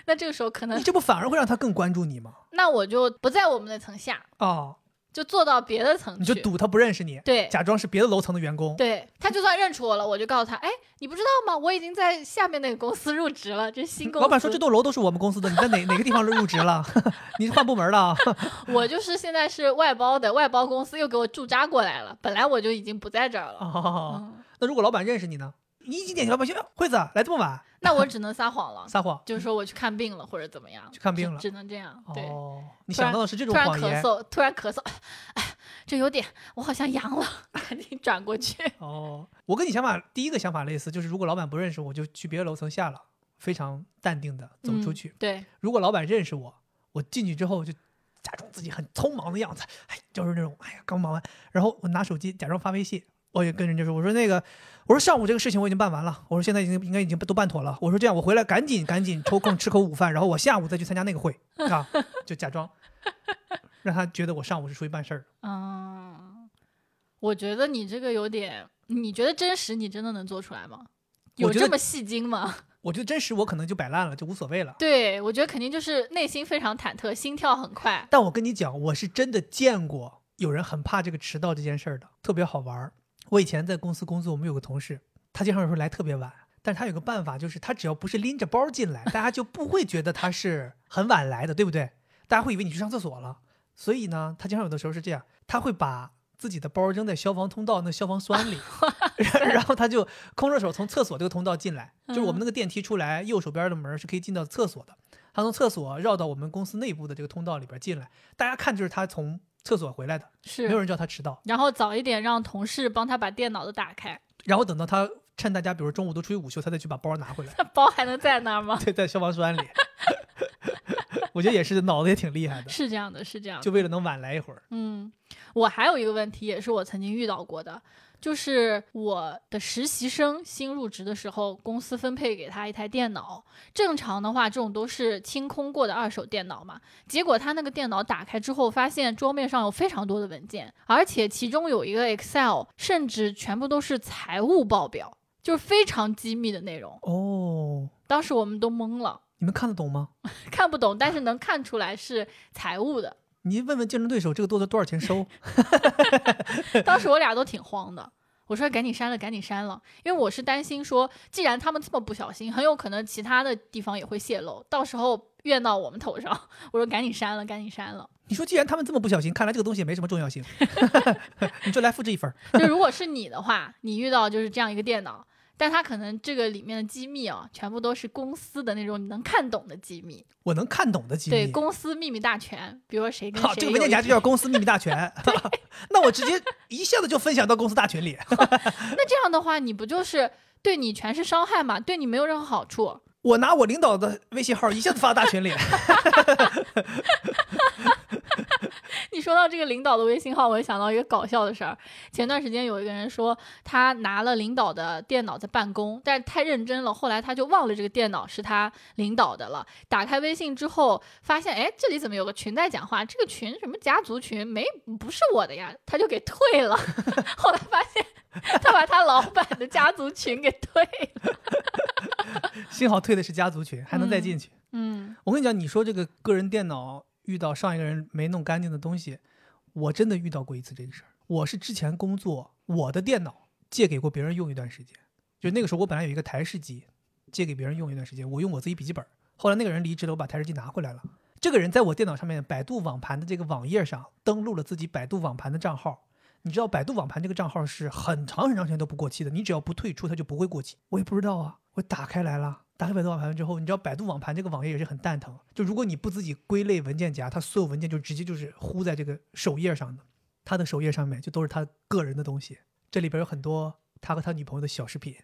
那这个时候可
你
能
这不反而会让他更关注你吗？
那我就不在我们那层下，
哦，
就坐到别的层
你
去。
就赌他不认识你，
对
假装是别的楼层的员工，
对他就算认出我了，我就告诉他，哎，你不知道吗？我已经在下面那个公司入职了，这是新公司。
老板说这栋楼都是我们公司的，你在哪哪个地方入职了？ 你换部门了啊？
我就是现在是外包的，外包公司又给我驻扎过来了。本来我就已经不在 这儿了，
哦，
嗯，
那如果老板认识你呢？你一进电梯，老板说哎：“惠子来这么晚，
那我只能撒谎了，
撒谎。
就是说我去看病了或者怎么样，
去看病了
只只能这样。”嗯对，
哦，你
突然
想到的是这
突
种
然
谎
咳
言
嗽，突然咳嗽，哎， 这有点，我好像阳了， 赶紧转 过去。
哦。我跟你想法第一个想法类似，就是如果老板不认识我，就去别的楼层下了，非常淡定的走出去
嗯。对，
如果老板认识我，我进去之后就假装自己很匆忙的样子，哎，就是那种哎呀刚忙完，然后我拿手机假装发微信，我也跟人家说，我说那个，我说上午这个事情我已经办完了，我说现在已经应该已经都办妥了，我说这样我回来赶紧赶紧抽空吃口午饭，然后我下午再去参加那个会啊，就假装让他觉得我上午是出去办事儿的。
嗯，我觉得你这个有点，你觉得真实，你真的能做出来吗？有
我觉
这
得
么戏精吗？
我觉得真实我可能就摆烂了，就无所谓了。
对，我觉得肯定就是内心非常忐忑，心跳很快。
但我跟你讲，我是真的见过有人很怕这个迟到这件事儿的，特别好玩儿。我以前在公司工作，我们有个同事，他经常有时候来特别晚，但是他有个办法，就是他只要不是拎着包进来，大家就不会觉得他是很晚来的，对不对？大家会以为你去上厕所了。所以呢，他经常有的时候是这样，他会把自己的包扔在消防通道那消防栓里，然然后他就空着手从厕所这个通道进来，就是我们那个电梯出来右手边的门是可以进到厕所的。他从厕所绕到我们公司内部的这个通道里边进来，大家看就是他从厕所回来的，没有
是，
人叫他迟到。
然后早一点让同事帮他把电脑都打开，
然后等到他趁大家比如中午都出去午休，他再去把包拿 回来，
那包还能在那儿吗？
对，在消防栓里。 我觉得也是，脑子也挺厉害的，
是这啊样的，是这样的。
就为了能晚来一会儿。
嗯，我还有一个问题，也是我曾经遇到过的，就是我的实习生新入职的时候，公司分配给他一台电脑。正常的话，这种都是清空过的二手电脑嘛。结果他那个电脑打开之后，发现桌面上有非常多的文件，而且其中有一个 Excel，甚至全部都是财务报表，就是非常机密的内容。
哦，
当时我们都懵了，
你们看得懂吗？
看不懂，但是能看出来是财务的。
你问问竞争对手，这个多多多少钱收？
当时我俩都挺慌的，我说赶紧删了，赶紧删了，因为我是担心说，既然他们这么不小心，很有可能其他的地方也会泄露，到时候怨到我们头上。 我说赶紧删了，赶紧删了。
你说既然他们这么不小心，看来这个东西也没什么重要性。 你说来复制一份儿，
就如果是你的话，你遇到就是这样一个电脑，但它可能这个里面的机密啊，全部都是公司的那种你能看懂的机密，
我能看懂的机
对
密。
公司秘密大全，比如说谁跟
好，
谁
这个
有
文件夹
一
就叫公司秘密大全。 那我直接一下子就分享到公司大群里。
那这样的话，你不就是对你全是伤害嘛？对你没有任何好处。
我拿我领导的微信号一下子发到大群里。
你说到这个领导的微信号，我就想到一个搞笑的事儿。前段时间有一个人说，他拿了领导的电脑在办公，但是太认真了，后来他就忘了这个电脑是他领导的了。打开微信之后，发现哎，这里怎么有个群在讲话？这个群什么家族群没不是我的呀，他就给退了。 后来发现他把他老板的家族群给退了。
幸好退的是家族群，还能再进去。
嗯，
我跟你讲，你说这个个人电脑遇到上一个人没弄干净的东西，我真的遇到过一次这个事儿。我是之前工作，我的电脑借给过别人用一段时间，就那个时候我本来有一个台式机，借给别人用一段时间，我用我自己笔记本儿。后来那个人离职了，我把台式机拿回来了。这个人在我电脑上面百度网盘的这个网页上登录了自己百度网盘的账号。你知道百度网盘这个账号是很长很长时间都不过期的，你只要不退出，它就不会过期。我也不知道啊，我打开来了，打开百度网盘之后，你知道百度网盘这个网页也是很蛋疼，就如果你不自己归类文件夹，它所有文件就直接就是糊在这个首页上的，他的首页上面就都是他个人的东西，这里边有很多他和他女朋友的小视频。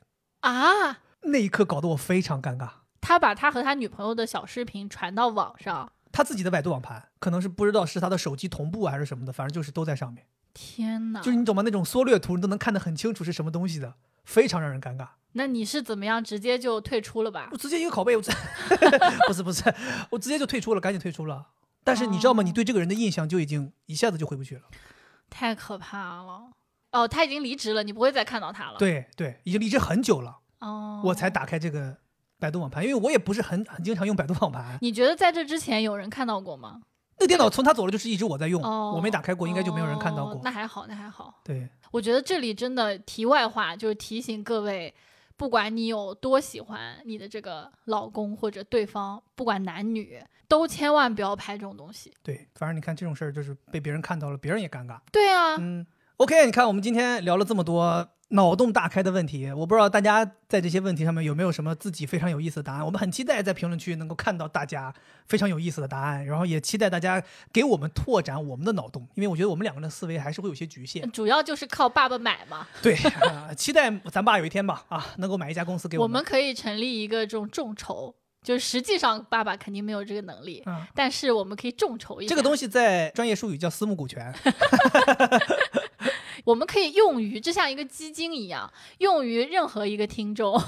啊，
那一刻搞得我非常尴尬，
他把他和他女朋友的小视频传到网上。
他自己的百度网盘可能是不知道是他的手机同步啊还是什么的，反正就是都在上面。
天哪！
就是你懂吗？那种缩略图你都能看得很清楚是什么东西的，非常让人尴尬。
那你是怎么样直接就退出了吧
我？直接一个拷 贝，我直不是不是，我直接就退出了，赶紧退出了。但是你知道吗？
哦
你对这个人的印象就已经一下子就回不去了。
太可怕了！哦，他已经离职了，你不会再看到他了。，
对对，已经离职很久了，
哦，
我才。打开这个百度网盘，因为我也不是很很经常用百度网盘。
你觉得在这之前有人看到过吗？
那电脑从他走了就是一直我在用，
哦，
我没打开过，应该就没有人看到过。
哦那还好，那还好。
对，
我觉得这里真的题外话，就是提醒各位，不管你有多喜欢你的这个老公或者对方，不管男女，都千万不要拍这种东西。
对，反正你看这种事儿就是被别人看到了，别人也尴尬。
对啊，
嗯，OK，你看我们今天聊了这么多脑洞大开的问题，我不知道大家在这些问题上面有没有什么自己非常有意思的答案。我们很期待在评论区能够看到大家非常有意思的答案，然后也期待大家给我们拓展我们的脑洞，因为我觉得我们两个人的思维还是会有些局 限。
主要就是靠爸爸买嘛。
对、啊期待咱爸有一天吧，啊，能够买一家公司给
我
们。
们可以成立一个这种众筹，就是实际上爸爸肯定没有这个能力，
啊，
但是我们可以众筹一下。
这个东西在专业术语叫私募股权。
我们可以用于，就像一个基金一样，用于任何一个听众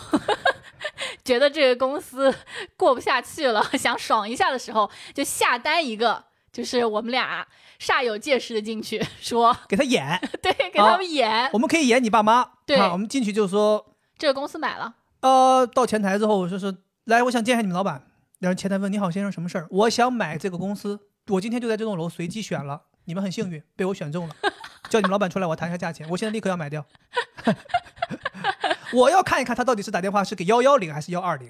觉得这个公司过不下去了， 想爽一下的时候，就下单一个，就是我们俩煞有介事的进去 说，
给他演，
对，给他们演、
我们可以演你爸妈。
对
啊我们进去就说
这个公司买了，
呃，到前台之后，我就说来，我想见一下你们老板。然后前台问你好先生什么事儿？我想买这个公司，我今天就在这栋楼随机选了，你们很幸运被我选中了， 叫你们老板出来，我谈一下价钱，我现在立刻要买掉。 我要看一看他到底是打电话是给幺幺零还是幺 二零。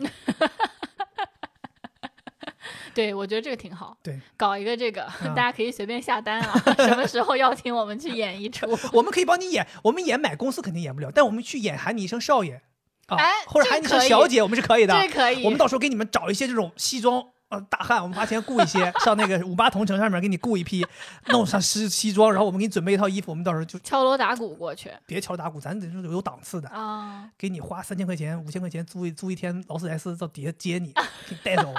对，我觉得这个挺好。
对，
搞一个这个，
嗯
大家可以随便下单啊。 什么时候要听我们去演一出？
我们可以帮你演，我们演买公司肯定演不了，但我们去演喊你一声少爷啊，
哎
或者
这
喊你一
可
声
以
小姐，我们是可以的。
这可以。
我们到时候给你们找一些这种西装。呃，大汉，我们花钱雇一 些，上那个五八同城上面给你雇一批，弄上西西装，然后我们给你准备一套衣服，我们到时候就
敲锣打鼓过去
别敲打鼓，咱得是有档次的，
啊！
给你花三千块钱、五千块钱租一租一天劳斯莱斯到底下接你， 给你带走，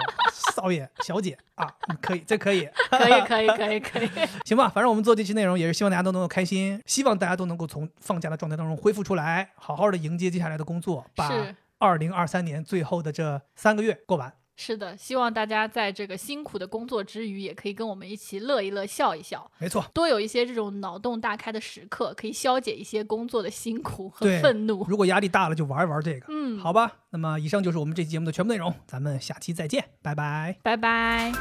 少爷、小姐啊，可以，这可以，
可以，可以，可以，可以。
行吧，反正我们做这期内容也是希望大家都能够开心，希望大家都能够从放假的状态当中恢复出来，好好的迎接接下来的工作， 把
是
二零二三年最后的这三个月过完。
是的，希望大家在这个辛苦的工作之余，也可以跟我们一起乐一乐、笑一笑，
没错，
多有一些这种脑洞大开的时刻，可以消解一些工作的辛苦和
对嗯
愤怒。
如果压力大了就玩一玩这个，
嗯
好吧。那么以上就是我们这期节目的全部内容，咱们下期再见，拜拜。
拜拜。